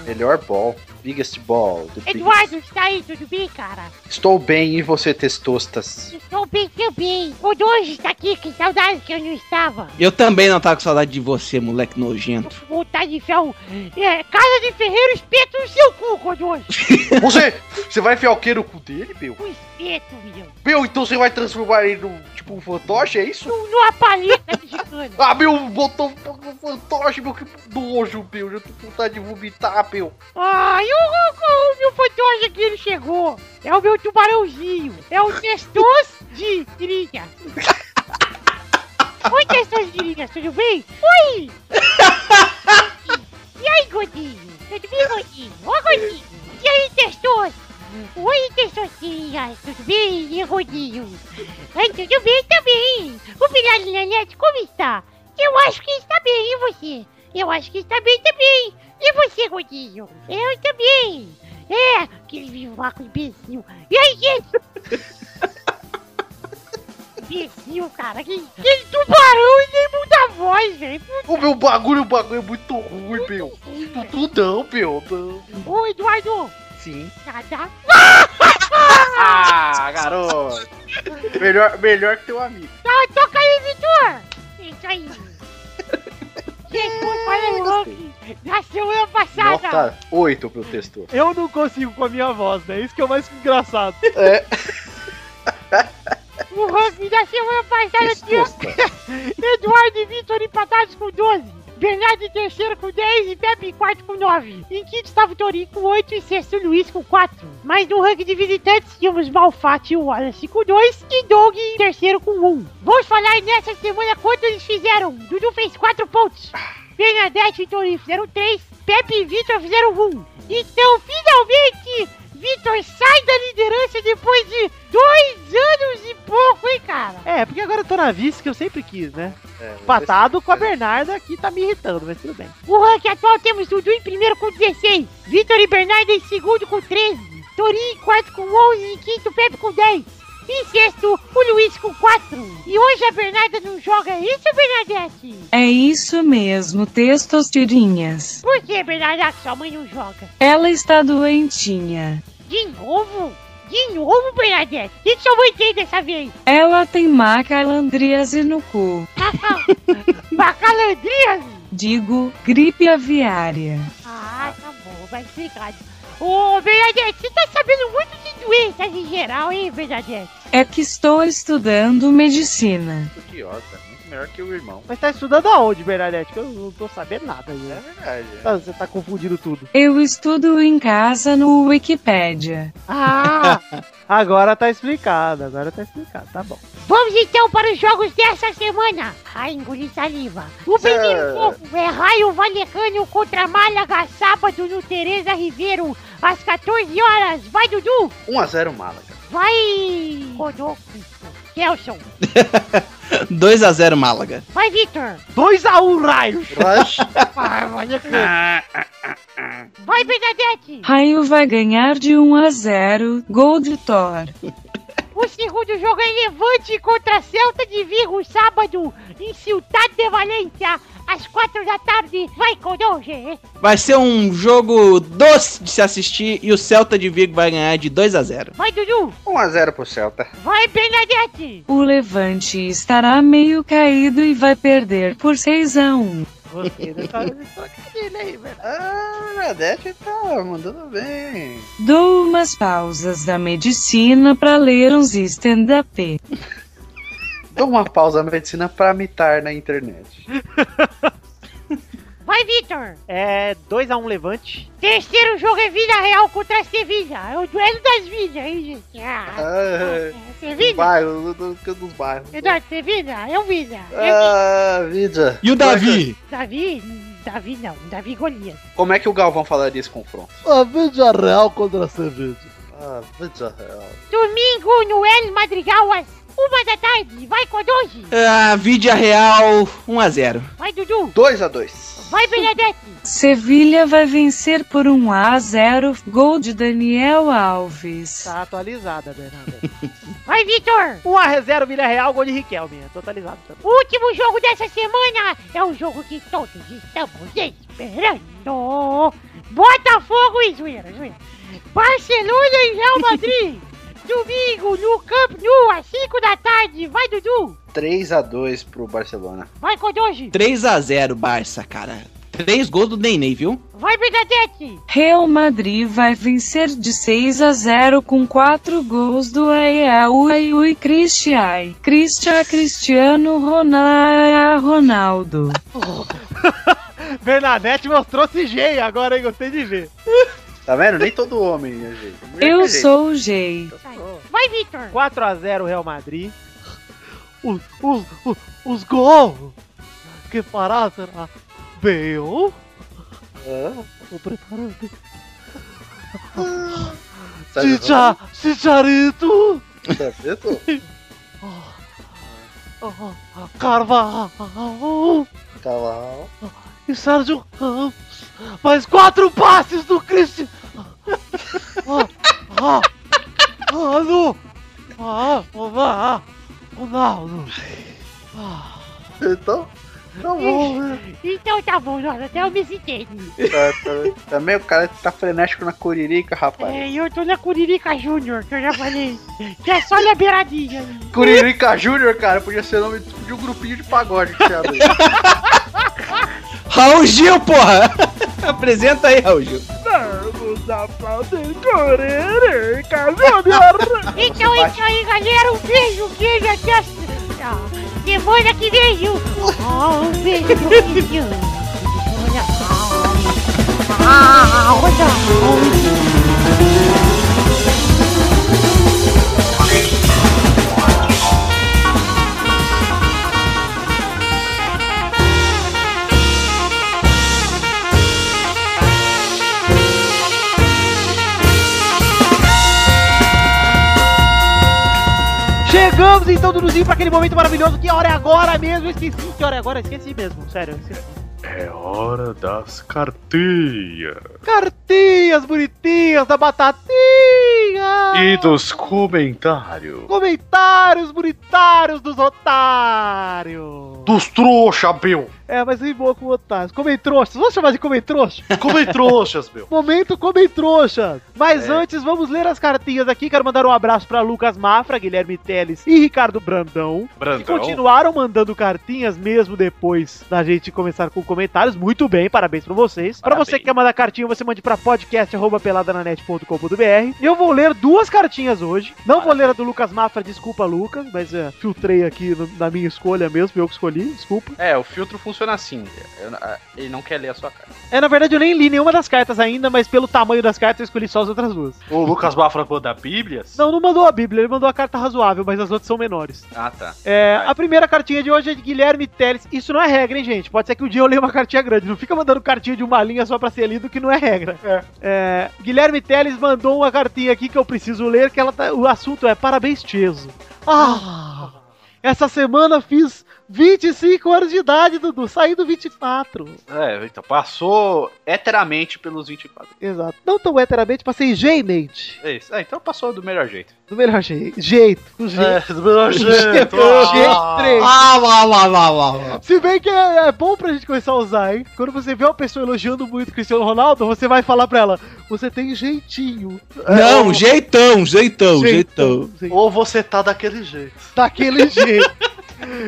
[SPEAKER 3] Melhor ball. Biggest ball. do big-
[SPEAKER 9] Eduardo, está aí, tudo bem, cara?
[SPEAKER 3] Estou bem e você, testostas?
[SPEAKER 9] Estou bem também. O Doge está aqui, que saudade que eu não estava.
[SPEAKER 4] Eu também não tava com saudade de você, moleque nojento.
[SPEAKER 9] Vontade de enfiar um, é, casa de ferreiro espeto no seu cu, Godoji.
[SPEAKER 3] Você, você vai enfiar o que no cu dele, meu?
[SPEAKER 9] Um espeto, meu.
[SPEAKER 3] Meu, então você vai transformar ele num, tipo, um fantoche, é isso?
[SPEAKER 9] Num- Numa paleta mexicana.
[SPEAKER 3] Ah, meu, botou um pouco um fantoche, meu, que nojo, meu. Já tô com vontade de vomitar, meu.
[SPEAKER 9] Ai, o, o, o meu fantoche aqui, ele chegou. É o meu tubarãozinho. É o Testos de Tirinha. Oi, Testos de Tirinha, tudo bem? Oi! E aí, Godinho? Tudo bem, Godinho? Ô, Godinho! E aí, Testos? Oi, Testosinha, tudo bem? E aí, Godinho? Ai, tudo bem também. O Pilarinha Net, como está? Eu acho que está bem, e você? Eu acho que está bem também. E você, Godinho? Eu também. É, aquele vivaco imbecil. E aí, gente? imbecil, cara. Aquele, aquele tubarão e nem muda a voz, velho.
[SPEAKER 3] O meu bagulho, o bagulho é muito ruim, meu. Não, não, meu. não.
[SPEAKER 9] Ô, Eduardo.
[SPEAKER 3] Sim.
[SPEAKER 9] Nada.
[SPEAKER 3] Ah, garoto. Melhor, melhor que teu amigo.
[SPEAKER 9] Tá, toca aí, Vitor. Isso aí. Jesus, para o nome. Na semana passada.
[SPEAKER 3] Nota 8 pro texto.
[SPEAKER 5] Eu não consigo com a minha voz, né? Isso que é o mais engraçado.
[SPEAKER 9] O ranking da semana passada tinha Eduardo e Vitor empatados com 12. Bernardo em terceiro com 10 e Pepe em quarto com 9. Em quinto estava o Torinho com 8 e sexto Luiz com 4. Mas no ranking de visitantes tínhamos Malfatti e Wallace com 2 e Doug em terceiro com 1. Vamos falar nessa semana quanto eles fizeram. Dudu fez 4 pontos. Bernadette e Torinho fizeram 3. Pepe e Vitor fizeram 1. Então finalmente Vitor sai da liderança depois de dois anos e pouco, hein, cara?
[SPEAKER 5] É, porque agora eu tô na vice que eu sempre quis, né?
[SPEAKER 3] É,
[SPEAKER 5] Empatado com a Bernarda, que tá me irritando, mas tudo bem.
[SPEAKER 9] O ranking atual temos Dudu em primeiro com 16, Vitor e Bernardo em segundo com 13, Torinho em quarto com 11 e em quinto Pepe com 10. Em sexto, o Luiz com 4. E hoje a Bernarda não joga é isso, Bernadette?
[SPEAKER 6] É isso mesmo, textos tirinhas.
[SPEAKER 9] Por que, Bernarda, que sua mãe não joga?
[SPEAKER 6] Ela está doentinha.
[SPEAKER 9] De novo? De novo, Bernadette? O que que sua mãe tem dessa vez?
[SPEAKER 6] Ela tem macalandríase no cu.
[SPEAKER 9] Tá, Bacalandrias?
[SPEAKER 6] Digo, gripe aviária.
[SPEAKER 9] Ah, tá bom, mas obrigado. Ô, Bernadette, você tá sabendo muito de doenças em geral, hein, Bernadette?
[SPEAKER 6] É que estou estudando medicina.
[SPEAKER 3] Muito idiota, muito melhor que o irmão.
[SPEAKER 5] Mas tá estudando aonde, Bernadette? Que eu não tô sabendo nada,
[SPEAKER 3] É
[SPEAKER 5] né?
[SPEAKER 3] verdade. é.
[SPEAKER 5] Tá- Você tá confundindo tudo.
[SPEAKER 6] Eu estudo em casa no Wikipédia.
[SPEAKER 5] Ah! agora tá explicado, agora tá explicado, tá bom.
[SPEAKER 9] Vamos então para os jogos dessa semana. Ai, engoli saliva. O primeiro jogo é Raio Valecano contra Málaga, sábado no Tereza Ribeiro, às 14 horas. Vai, Dudu!
[SPEAKER 3] 1x0 Málaga.
[SPEAKER 9] Vai, Rodolfo! Kelson!
[SPEAKER 4] 2x0 Málaga.
[SPEAKER 9] Vai, Vitor!
[SPEAKER 5] 2x1, raio!
[SPEAKER 9] Vai, Valecano! Vai, Bernadette!
[SPEAKER 6] Raio vai ganhar de 1 a 0, gol de Thor.
[SPEAKER 9] O segundo jogo é Levante contra Celta de Vigo, sábado, em Cidade de Valência, às 4 da tarde. Vai, Codoge!
[SPEAKER 4] Vai ser um jogo doce de se assistir e o Celta de Vigo vai ganhar de 2x0.
[SPEAKER 9] Vai, Dudu!
[SPEAKER 3] 1x0 pro Celta.
[SPEAKER 9] Vai, Bernadette!
[SPEAKER 6] O Levante estará meio caído e vai perder por 6 a 1.
[SPEAKER 5] Você não tá de trocadilho aí, velho.
[SPEAKER 3] Ah, a Death tá mandando bem.
[SPEAKER 6] Dou umas pausas da medicina para ler uns stand-up.
[SPEAKER 3] Dou uma pausa na medicina pra mitar na internet.
[SPEAKER 9] Vai, Vitor!
[SPEAKER 5] É 2x1 levante.
[SPEAKER 9] Terceiro jogo é Vila Real contra a Sevilha. É o duelo das vilhas, hein, gente? Ah,
[SPEAKER 3] Ah,
[SPEAKER 9] é
[SPEAKER 3] dos
[SPEAKER 9] Sevilha?
[SPEAKER 3] bairros, do- do- dos bairros.
[SPEAKER 9] Eduardo, Sevilha? É o Vila. É
[SPEAKER 3] Ah, vida.
[SPEAKER 4] E o Davi?
[SPEAKER 9] o Davi? Davi não, Davi Golias.
[SPEAKER 3] Como é que o Galvão falaria esse confronto?
[SPEAKER 2] A vídeo real contra a cerveja.
[SPEAKER 3] Ah, vida.
[SPEAKER 9] Domingo no El Madrigal às uma da tarde. Vai, Codoji!
[SPEAKER 4] Ah, Vídea Real 1x0.
[SPEAKER 9] Vai, Dudu!
[SPEAKER 3] 2x2.
[SPEAKER 9] Vai, Benedete!
[SPEAKER 6] Sevilha vai vencer por 1 a 0, gol de Daniel Alves.
[SPEAKER 5] Tá atualizada, Bernardo.
[SPEAKER 9] Vai, Vitor!
[SPEAKER 5] 1x0 Vila Real, gol de Riquelme. É Totalizado também.
[SPEAKER 9] O último jogo dessa semana é o jogo que todos estamos esperando. Botafogo e zoeira, zoeira. Barcelona e Real Madrid. Domingo no Camp Nou às 5 da tarde. Vai, Dudu.
[SPEAKER 3] 3x2 pro Barcelona.
[SPEAKER 9] Vai, Kodoji.
[SPEAKER 4] 3x0, Barça, cara. Três gols do Neném, viu?
[SPEAKER 9] Vai, Benedete.
[SPEAKER 6] Real Madrid vai vencer de 6 a 0 com 4 gols do Ayaú e Cristiai. Cristian Cristiano Rona- Ronaldo.
[SPEAKER 5] Bernadette mostrou CG agora, hein? Gostei de ver.
[SPEAKER 3] Tá vendo? Nem todo homem, né, gente? Mulher que é
[SPEAKER 6] Eu
[SPEAKER 3] gente.
[SPEAKER 6] sou o Jay.
[SPEAKER 9] Vai, Vitor.
[SPEAKER 5] 4x0 Real Madrid.
[SPEAKER 2] Os, os, os, os gols que fará será Bale.
[SPEAKER 3] Hã?
[SPEAKER 2] Estou preparando.
[SPEAKER 3] Sabe-
[SPEAKER 2] Chicha, Chicharito.
[SPEAKER 3] Sabe- eu tô-
[SPEAKER 2] Carvalho
[SPEAKER 3] Cavalo.
[SPEAKER 2] e Sérgio Ramos. Mais quatro passes do Cristi. Ah, ah, ah, não. Ah, ah, ah, Ronaldo. Ah,
[SPEAKER 3] Então, tá bom, né?
[SPEAKER 9] Então tá bom, nossa, até eu me citei.
[SPEAKER 3] Tá- tá- Também o cara tá frenético na curirica, rapaz.
[SPEAKER 9] É, eu tô na Curirica Júnior, que eu já falei. Que é só na beiradinha.
[SPEAKER 3] Curirica Júnior, cara, podia ser o nome de um grupinho de pagode que você abriu.
[SPEAKER 4] Raul Gil, porra! Apresenta aí, Raul Gil.
[SPEAKER 9] Então é isso aí, galera. Um beijo, um beijo. Até a ah, semana que vem, viu? Ah, um beijo, um beijo. Olha, ah, ah, olha.
[SPEAKER 5] Chegamos então, Duduzinho, pra aquele momento maravilhoso. Que hora é agora mesmo? Eu Esqueci que hora é agora, esqueci mesmo, sério. eu Esqueci.
[SPEAKER 1] É hora das cartinhas
[SPEAKER 5] Cartinhas bonitinhas da batatinha!
[SPEAKER 1] e dos comentários
[SPEAKER 5] Comentários bonitários dos otários!
[SPEAKER 1] dos trouxa, meu.
[SPEAKER 5] É, mas rimou com otários. Comentrouxas, vamos chamar de comentrouxa?
[SPEAKER 1] Comem trouxas, meu.
[SPEAKER 5] Momento comentrouxa! Mas
[SPEAKER 3] É.
[SPEAKER 5] antes, vamos ler as cartinhas aqui. Quero mandar um abraço pra Lucas Mafra, Guilherme Teles e Ricardo Brandão. Que
[SPEAKER 1] Brandão.
[SPEAKER 5] continuaram mandando cartinhas mesmo depois da gente começar com comentários. Muito bem, parabéns pra vocês. Pra
[SPEAKER 3] Parabéns.
[SPEAKER 5] você que quer mandar cartinha, você mande pra podcast@peladananet.com.br. Eu vou ler duas cartinhas hoje. Não vou ler a do Lucas Mafra, desculpa, Lucas, mas é, filtrei aqui no- na minha escolha mesmo, eu que escolhi, desculpa.
[SPEAKER 3] É, o filtro funciona assim. eu- a- Ele não quer ler a sua cara.
[SPEAKER 5] É, na verdade, eu nem li nenhuma das cartas ainda, mas pelo tamanho das cartas eu escolhi só as outras duas.
[SPEAKER 1] O Lucas Bafra da Bíblias?
[SPEAKER 5] Não, não mandou a Bíblia, ele mandou a carta razoável, mas as outras são menores.
[SPEAKER 3] Ah, tá.
[SPEAKER 5] É, a primeira cartinha de hoje é de Guilherme Teles. Isso não é regra, hein, gente? Pode ser que um dia eu leia uma cartinha grande. Não fica mandando cartinha de uma linha só pra ser lido, que não é regra. É, Guilherme Teles mandou uma cartinha aqui que eu preciso ler, que ela tá- o assunto é Parabéns, Tieso. Ah! Essa semana fiz 25 anos de idade, Dudu. Saí do 24.
[SPEAKER 3] É, então passou heteramente pelos 24.
[SPEAKER 5] Exato. Não tão heteramente, passei geimente.
[SPEAKER 3] É isso. É, então passou do melhor jeito.
[SPEAKER 5] Do melhor jeito. Jeito. É, Do jeito.
[SPEAKER 1] do melhor
[SPEAKER 5] jeito. Ah.
[SPEAKER 4] Ah, lá, lá, lá, lá, lá.
[SPEAKER 5] Se bem que é, é bom pra gente começar a usar, hein? Quando você vê uma pessoa elogiando muito o Cristiano Ronaldo, você vai falar pra ela: você tem jeitinho.
[SPEAKER 4] Não, jeitão, jeitão, jeitão.
[SPEAKER 5] jeito.
[SPEAKER 1] Ou você tá daquele jeito.
[SPEAKER 5] Daquele jeito.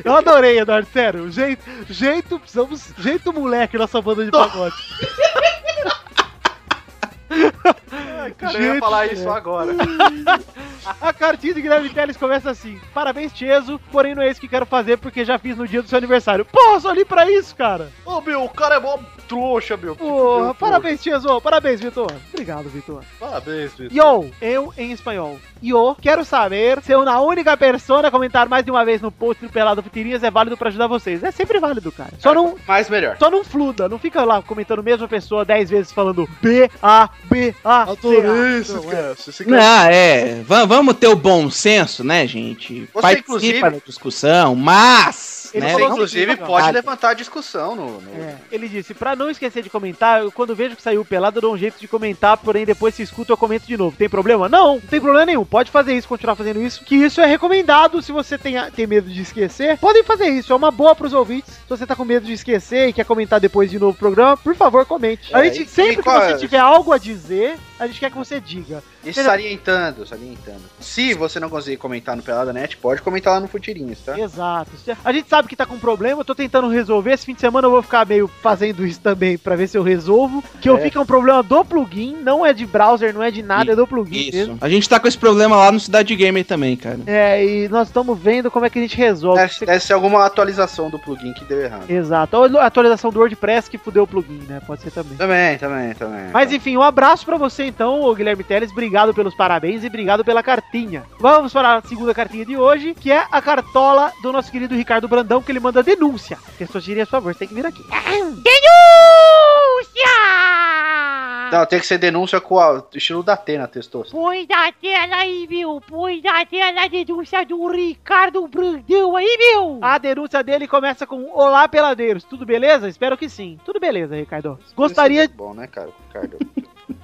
[SPEAKER 5] Eu adorei, Eduardo, sério. Jeito, jeito, precisamos. Jeito moleque, nossa banda de pagode.
[SPEAKER 3] Cara, eu ia
[SPEAKER 5] Gente,
[SPEAKER 3] falar
[SPEAKER 5] é.
[SPEAKER 3] isso agora.
[SPEAKER 5] A cartinha de Guilherme Teles começa assim: Parabéns, Tieso, porém não é isso que quero fazer porque já fiz no dia do seu aniversário. Porra, só li pra isso, cara.
[SPEAKER 1] Ô, meu, o cara é mó trouxa, meu.
[SPEAKER 5] Porra,
[SPEAKER 1] Meu,
[SPEAKER 5] parabéns, Tieso. Parabéns, Vitor. Obrigado, Vitor.
[SPEAKER 1] Parabéns, bicho.
[SPEAKER 5] Yo, eu em espanhol. Yo, quero saber se eu, na única persona, comentar mais de uma vez no post do Pelado Fitirinhas é válido pra ajudar vocês. É sempre válido, cara. Só não,
[SPEAKER 3] Mas melhor.
[SPEAKER 5] só não fluda, não fica lá comentando a mesma pessoa dez vezes falando B, A, B, A.
[SPEAKER 1] Adorei
[SPEAKER 5] C, A.
[SPEAKER 1] esses
[SPEAKER 5] Não, é.
[SPEAKER 1] caras. Esse cara
[SPEAKER 4] Ah, é. Va- vamos ter o bom senso, né, gente?
[SPEAKER 3] Você,
[SPEAKER 4] Participa
[SPEAKER 3] inclusive-
[SPEAKER 4] da discussão, mas
[SPEAKER 5] Ele
[SPEAKER 4] né?
[SPEAKER 5] falou o
[SPEAKER 3] Inclusive,
[SPEAKER 5] seguinte, ó.
[SPEAKER 3] pode
[SPEAKER 4] Ah.
[SPEAKER 3] levantar a discussão no. no-
[SPEAKER 5] É, ele disse, pra não esquecer de comentar, eu, quando vejo que saiu o pelado, eu dou um jeito de comentar, porém depois se escuta eu comento de novo. Tem problema? Não, não tem problema nenhum. Pode fazer isso, continuar fazendo isso, que isso é recomendado se você tem, a- tem medo de esquecer. Podem fazer isso, é uma boa pros ouvintes. Se você tá com medo de esquecer e quer comentar depois de novo o programa, por favor, comente.
[SPEAKER 3] É,
[SPEAKER 5] A gente,
[SPEAKER 3] e-
[SPEAKER 5] sempre
[SPEAKER 3] e
[SPEAKER 5] que
[SPEAKER 3] qual
[SPEAKER 5] você
[SPEAKER 3] é?
[SPEAKER 5] tiver algo a dizer, a gente quer que você diga.
[SPEAKER 3] E salientando, salientando. Se você não conseguir comentar no Pelada Net, pode comentar lá no Futirinhos, tá?
[SPEAKER 5] Exato. A gente sabe que tá com problema, eu tô tentando resolver. Esse fim de semana eu vou ficar meio fazendo isso também pra ver se eu resolvo. Que eu vi que é um problema do plugin, não é de browser, não é de nada,
[SPEAKER 4] I-
[SPEAKER 5] é do plugin
[SPEAKER 4] Isso.
[SPEAKER 5] mesmo.
[SPEAKER 4] A gente tá com esse problema lá no Cidade Gamer também, cara.
[SPEAKER 5] É, e nós estamos vendo como é que a gente resolve.
[SPEAKER 3] Deve, deve ser é alguma atualização do plugin que deu errado.
[SPEAKER 5] Exato. Ou a atualização do WordPress que fudeu o plugin, né? Pode ser também.
[SPEAKER 3] Também, também, também.
[SPEAKER 5] Mas enfim, um abraço pra você então, ô Guilherme Teles. Obrigado pelos parabéns e obrigado pela cartinha. Vamos para a segunda cartinha de hoje, que é a cartola do nosso querido Ricardo Brandão, que ele manda denúncia. Testosteria, por favor, você tem que vir aqui.
[SPEAKER 9] Denúncia!
[SPEAKER 3] Não, tem que ser denúncia com o estilo da Atena, testou.
[SPEAKER 9] Põe na tela aí, meu! Põe na tela a denúncia do Ricardo Brandão aí, meu!
[SPEAKER 5] A denúncia dele começa com Olá, peladeiros, tudo beleza? Espero que sim. Tudo beleza, Ricardo. Gostaria,
[SPEAKER 3] Bom, né, cara? Ricardo?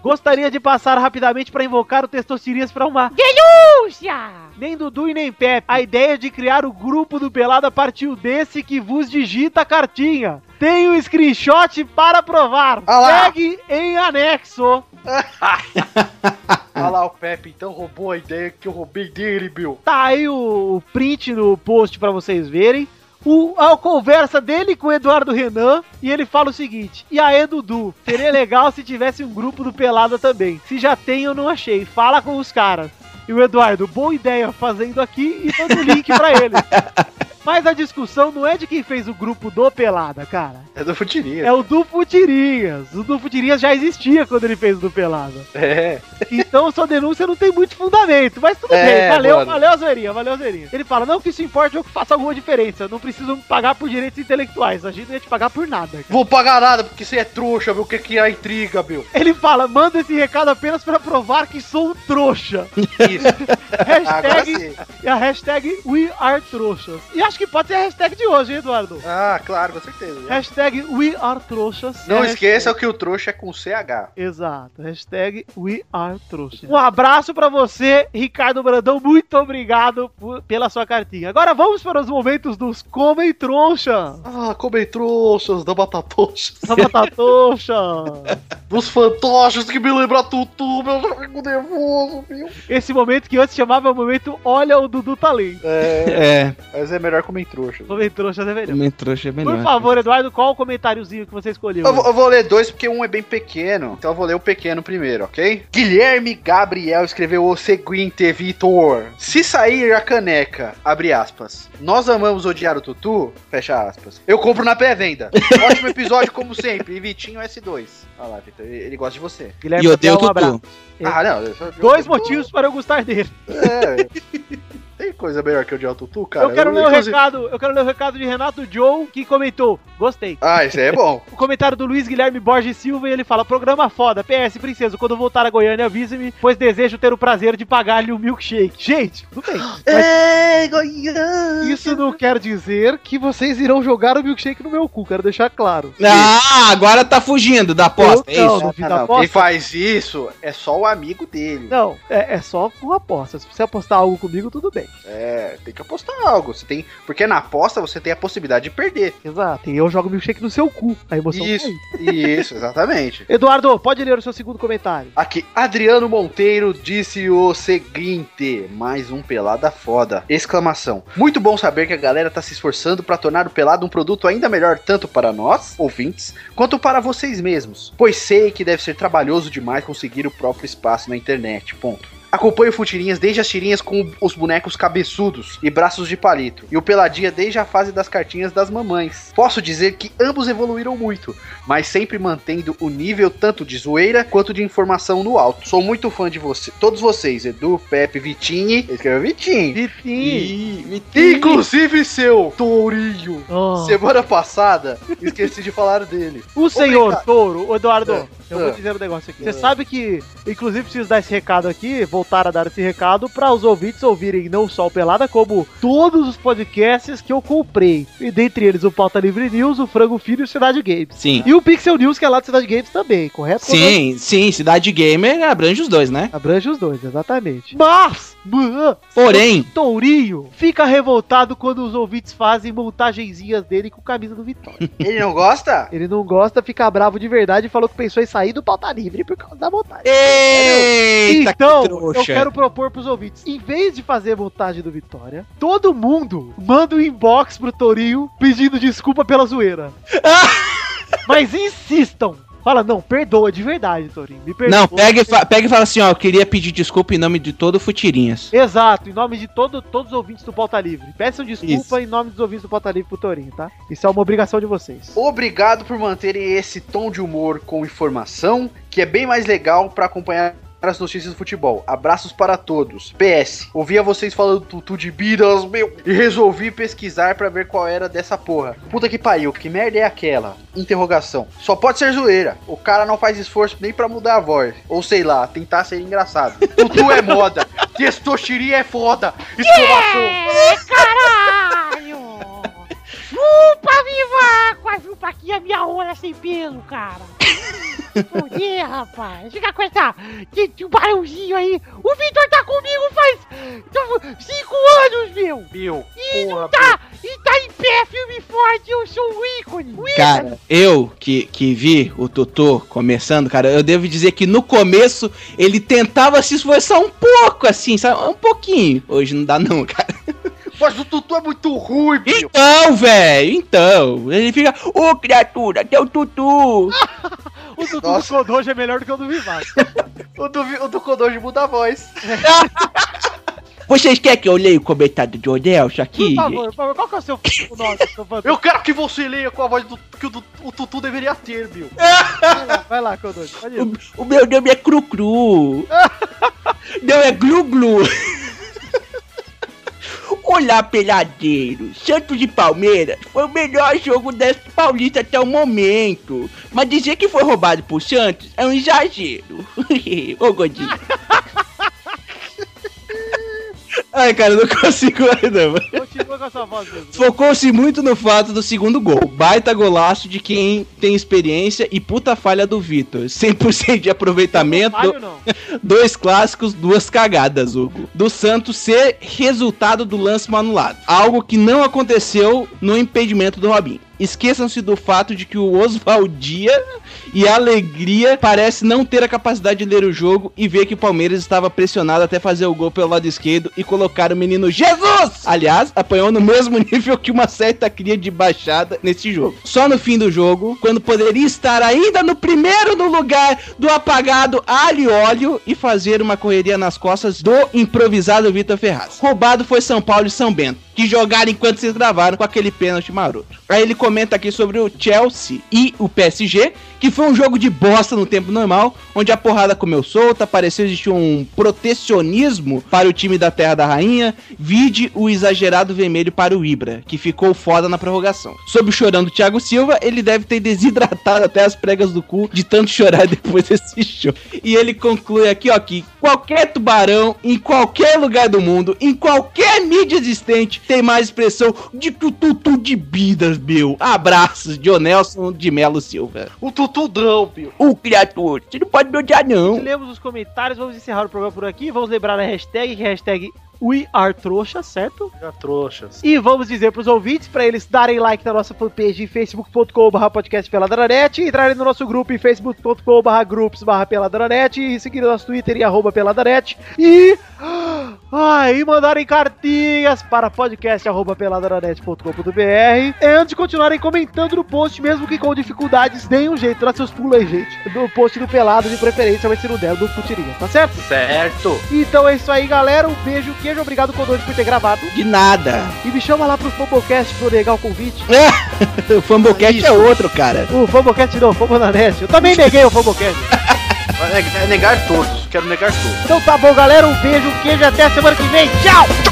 [SPEAKER 5] gostaria de passar rapidamente pra invocar o Testostirias pra uma.
[SPEAKER 9] Denúncia!
[SPEAKER 5] Nem Dudu e nem Pepe. A ideia de criar o grupo do Pelada partiu desse que vos digita a cartinha. Tenho um screenshot para provar.
[SPEAKER 3] Ah lá.
[SPEAKER 5] Pegue em anexo.
[SPEAKER 3] Olha lá o Pepe, então roubou a ideia que eu roubei dele, Bill.
[SPEAKER 5] Tá aí o print no post pra vocês verem. O, a conversa dele com o Eduardo Renan e ele fala o seguinte: E aí, Dudu, seria legal se tivesse um grupo do Pelada também. Se já tem, eu não achei. Fala com os caras. E o Eduardo, boa ideia fazendo aqui e dando o link pra ele. Mas a discussão não é de quem fez o grupo do Pelada, cara.
[SPEAKER 3] É do Futirinha.
[SPEAKER 5] É o do Futirinhas. O do Futirinhas já existia quando ele fez o do Pelada.
[SPEAKER 3] É.
[SPEAKER 5] Então sua denúncia não tem muito fundamento, mas tudo
[SPEAKER 3] É,
[SPEAKER 5] bem. Valeu,
[SPEAKER 3] mano.
[SPEAKER 5] valeu a zoeirinha, valeu a zoeirinha. Ele fala, não que isso importe, eu que faça alguma diferença. Não precisam pagar por direitos intelectuais, a gente não ia te pagar por nada. cara.
[SPEAKER 3] Vou pagar nada, porque você é trouxa, viu? O que, que é a intriga, Bill?
[SPEAKER 5] Ele fala, manda esse recado apenas pra provar que sou um trouxa.
[SPEAKER 3] Isso. Ah, Agora
[SPEAKER 5] Hashtag,
[SPEAKER 3] sim.
[SPEAKER 5] e a hashtag we are trouxas. E acho que pode ser a hashtag de hoje, hein, Eduardo?
[SPEAKER 3] Ah, claro, com certeza.
[SPEAKER 5] Hashtag we are trouxas.
[SPEAKER 3] Não
[SPEAKER 5] É a
[SPEAKER 3] esqueçam que o trouxa é com CH.
[SPEAKER 5] Exato. Hashtag We Are Trouxa. Um abraço pra você, Ricardo Brandão. Muito obrigado por- pela sua cartinha. Agora vamos para os momentos dos Comem Trouxa. tá
[SPEAKER 3] Ah, comem trouxas da batatoxa.
[SPEAKER 5] Da Batatouxa.
[SPEAKER 3] Dos fantoches que me lembra tutu, meu, eu já fico nervoso, Bill.
[SPEAKER 5] Esse momento que antes chamava o momento Olha o Dudu Talento.
[SPEAKER 3] É,
[SPEAKER 4] É,
[SPEAKER 3] mas é melhor comer trouxa.
[SPEAKER 5] Comem Trouxa é melhor.
[SPEAKER 4] também trouxa é melhor.
[SPEAKER 5] Por favor, Eduardo, qual o comentáriozinho que você escolheu?
[SPEAKER 3] Eu vou, eu vou ler dois porque um é bem pequeno, então eu vou ler o pequeno primeiro, ok? Guilherme Gabriel escreveu o seguinte, Vitor. Se sair a caneca, abre aspas, nós amamos odiar o Tutu, fecha aspas, eu compro na pré-venda. Ótimo episódio, como sempre, e Vitinho S2. Olha lá, Vitor, ele ele gosta de você.
[SPEAKER 5] Guilherme
[SPEAKER 4] E odeio o
[SPEAKER 5] Gabriel, um abraço.
[SPEAKER 4] Tutu.
[SPEAKER 3] Ah, não. eu só-
[SPEAKER 5] Dois motivos para eu gostar dele.
[SPEAKER 3] É. Tem coisa melhor que odiar o Tutu, cara?
[SPEAKER 5] eu quero ler o
[SPEAKER 3] inclusive-
[SPEAKER 5] recado. Eu quero ler o recado de Renato Joe, que comentou. Gostei.
[SPEAKER 3] Ah, isso aí é bom.
[SPEAKER 5] O comentário do Luiz Guilherme Borges Silva e ele fala: Programa foda, PS, princesa, quando voltar a Goiânia, avise-me, pois desejo ter o prazer de pagar-lhe um milkshake. Gente, tudo bem.
[SPEAKER 3] É, Goiânia!
[SPEAKER 5] Isso não quer dizer que vocês irão jogar o milkshake no meu cu, quero deixar claro.
[SPEAKER 4] Ah, agora tá fugindo da aposta, é
[SPEAKER 5] Eu não,
[SPEAKER 4] isso?
[SPEAKER 5] no fim da
[SPEAKER 3] Ah, Quem
[SPEAKER 5] aposta.
[SPEAKER 3] faz isso é só o amigo dele.
[SPEAKER 5] Não, é, é só com aposta. Se você apostar algo comigo, tudo bem.
[SPEAKER 3] É, tem que apostar algo. Você tem, porque na aposta você tem a possibilidade de perder.
[SPEAKER 5] Exato. E eu jogo milkshake no seu cu. A emoção
[SPEAKER 3] Isso.
[SPEAKER 5] tá aí.
[SPEAKER 3] Isso, exatamente.
[SPEAKER 5] Eduardo, pode ler o seu segundo comentário.
[SPEAKER 3] Aqui, Adriano Monteiro disse o seguinte: mais um pelada foda! Exclamação. Muito bom saber que a galera tá se esforçando pra tornar o pelado um produto ainda melhor tanto para nós, ouvintes, quanto para vocês mesmos. Pois sei que deve ser trabalhoso demais conseguir o próprio espaço na internet. Ponto. Acompanho o Futirinhas desde as tirinhas com os bonecos cabeçudos e braços de palito, e o Peladinha desde a fase das cartinhas das mamães. Posso dizer que ambos evoluíram muito, mas sempre mantendo o nível tanto de zoeira quanto de informação no alto. Sou muito fã de você, todos vocês, Edu, Pepe, Vitinho, ele escreveu Vitinho,
[SPEAKER 5] Vitinho.
[SPEAKER 4] Ih, me tem-
[SPEAKER 3] inclusive seu tourinho.
[SPEAKER 5] Oh.
[SPEAKER 3] Semana passada, esqueci de falar dele.
[SPEAKER 5] O senhor
[SPEAKER 3] Obrigado. Ah.
[SPEAKER 5] touro, Eduardo, Eu vou te dizer um negócio aqui. Você sabe que, inclusive, preciso dar esse recado aqui, voltar a dar esse recado para os ouvintes ouvirem não só o Pelada, como todos os podcasts que eu comprei. E dentre eles o Pauta Livre News, o Frango Filho e o Cidade Games.
[SPEAKER 4] Sim.
[SPEAKER 5] E o Pixel News, que é lá do Cidade Games também, correto?
[SPEAKER 4] Sim, sim, Cidade Gamer abrange os dois, né?
[SPEAKER 5] Abrange os dois, exatamente. Mas, mã,
[SPEAKER 4] Porém,
[SPEAKER 5] Tourinho fica revoltado quando os ouvintes fazem montagenzinhas dele com camisa do Vitória.
[SPEAKER 3] Ele não gosta?
[SPEAKER 5] Ele não gosta, fica bravo de verdade e falou que pensou em sair do pauta livre por causa da montagem.
[SPEAKER 4] Eita,
[SPEAKER 5] então,
[SPEAKER 4] que
[SPEAKER 5] eu
[SPEAKER 4] trouxa.
[SPEAKER 5] quero propor pros ouvintes, em vez de fazer montagem do Vitória, todo mundo manda um inbox pro Tourinho pedindo desculpa pela zoeira. Mas insistam. Fala, não, perdoa de verdade, Tourinho. Me perdoa.
[SPEAKER 4] Não, pega e, fa- pega e fala assim, ó, eu queria pedir desculpa em nome de todo o Futirinhas.
[SPEAKER 5] Exato, em nome de todo, todos os ouvintes do Pauta Livre. Peçam desculpa
[SPEAKER 4] Isso.
[SPEAKER 5] em nome dos ouvintes do Pauta Livre pro Torinho, tá? Isso é uma obrigação de vocês.
[SPEAKER 3] Obrigado por manterem esse tom de humor com informação, que é bem mais legal pra acompanhar as notícias do futebol. Abraços para todos. PS, ouvia vocês falando do Tutu de Biras, meu, e resolvi pesquisar pra ver qual era dessa porra. Puta que pariu, que merda é aquela? Interrogação. Só pode ser zoeira. O cara não faz esforço nem pra mudar a voz. Ou sei lá, tentar ser engraçado. Tutu é moda. Testosteria é foda. Exclamação.
[SPEAKER 9] É, caralho! Chupa, viva! Quase chupa aqui a minha hora sem pelo, cara. Poder, rapaz. Fica com essa... Que tubarãozinho aí. O Vitor tá comigo faz...
[SPEAKER 5] então,
[SPEAKER 9] Cinco anos, meu.
[SPEAKER 3] Meu,
[SPEAKER 9] E
[SPEAKER 3] porra,
[SPEAKER 9] não tá... E tá em pé, filme forte. Eu sou
[SPEAKER 5] um
[SPEAKER 9] o ícone. O ícone.
[SPEAKER 4] Cara, eu que, que vi o Totô começando, cara, eu devo dizer que no começo ele tentava se esforçar um pouco, assim, sabe? Um pouquinho. Hoje não dá não, cara.
[SPEAKER 3] Mas o Tutu é muito ruim, meu.
[SPEAKER 4] Então, velho, então. Ele fica, ô criatura, teu Tutu.
[SPEAKER 5] O Dudu do
[SPEAKER 3] Nossa.
[SPEAKER 5] Kodoji é melhor do que o do Vivaço.
[SPEAKER 3] O do, o do Kodoji muda a voz.
[SPEAKER 4] Vocês querem que eu leia o comentário de Odelso aqui?
[SPEAKER 5] Por favor, por favor, qual que é o seu o nome? seu fã?
[SPEAKER 3] Eu quero que você leia com a voz do, que o, do- o Tutu deveria ter, meu.
[SPEAKER 5] Vai lá, vai lá, Kodoji, pode ir.
[SPEAKER 4] O meu nome é Cru Cru. Não é Glu Glu. Olá, peladeiros. Santos e Palmeiras foi o melhor jogo desse paulista até o momento. Mas dizer que foi roubado por Santos é um exagero. Ô, Godinho. Ai, cara, eu não consigo ainda, mano.
[SPEAKER 5] Continua com a sua voz, Dudu.
[SPEAKER 4] Focou-se muito no fato do segundo gol. Baita golaço de quem tem experiência e puta falha do Vitor. 100% de aproveitamento.
[SPEAKER 5] Falho não.
[SPEAKER 4] Dois clássicos, duas cagadas, Hugo. Do Santos ser resultado do lance manulado. Algo que não aconteceu no impedimento do Robinho. Esqueçam-se do fato de que o Oswaldia e a Alegria parece não ter a capacidade de ler o jogo e ver que o Palmeiras estava pressionado até fazer o gol pelo lado esquerdo e colocar o menino Jesus! Aliás, apanhou no mesmo nível que uma certa cria de baixada nesse jogo. Só no fim do jogo, quando poderia estar ainda no primeiro no lugar do apagado alho e óleo e fazer uma correria nas costas do improvisado Vitor Ferraz. Roubado foi São Paulo e São Bento, que jogaram enquanto vocês gravaram com aquele pênalti maroto. Aí ele comenta aqui sobre o Chelsea e o PSG, que foi um jogo de bosta no tempo normal, onde a porrada comeu solta, pareceu existir um protecionismo para o time da Terra da Rainha, vide o exagerado vermelho para o Ibra, que ficou foda na prorrogação. Sob o chorão do Thiago Silva, ele deve ter desidratado até as pregas do cu de tanto chorar depois desse show. E ele conclui aqui, ó, que qualquer tubarão, em qualquer lugar do mundo, em qualquer mídia existente, tem mais expressão de que o tutu de bidas, meu. Abraços, Dionelson de Melo Silva.
[SPEAKER 3] O Tutu não, meu.
[SPEAKER 4] Ô, criatura, você não pode me odiar, não.
[SPEAKER 5] Lemos os comentários, vamos encerrar o programa por aqui. Vamos lembrar a hashtag, que é a hashtag WeAreTrouxa, certo?
[SPEAKER 3] Já trouxas.
[SPEAKER 5] E vamos dizer pros ouvintes pra eles darem like na nossa fanpage em facebook.com.br podcastpeladranet, entrarem no nosso grupo em facebook.com.br grupos barra peladranet, e seguir o nosso Twitter em arroba peladanet e... Ah, e mandarem cartinhas para podcast.peladranet.com.br e antes continuarem comentando no post, mesmo que com dificuldades, deem um jeito, dá seus pulos aí, gente. No post do Pelado, de preferência, mas se não der, do Futirinha, tá certo?
[SPEAKER 3] Certo.
[SPEAKER 5] Então é isso aí, galera. Um beijo, queijo, obrigado, Codone, por ter gravado.
[SPEAKER 4] De nada.
[SPEAKER 5] E me chama lá pro Fambocast pra eu negar o convite.
[SPEAKER 4] O Fumblecast é outro, cara.
[SPEAKER 5] O Fambocast não, Fambonanet. Eu também neguei o Fambocast.
[SPEAKER 3] Vai neg- É negar todos. Quero negar todos.
[SPEAKER 5] Então tá bom, galera. Um beijo, um queijo e até a semana que vem. Tchau!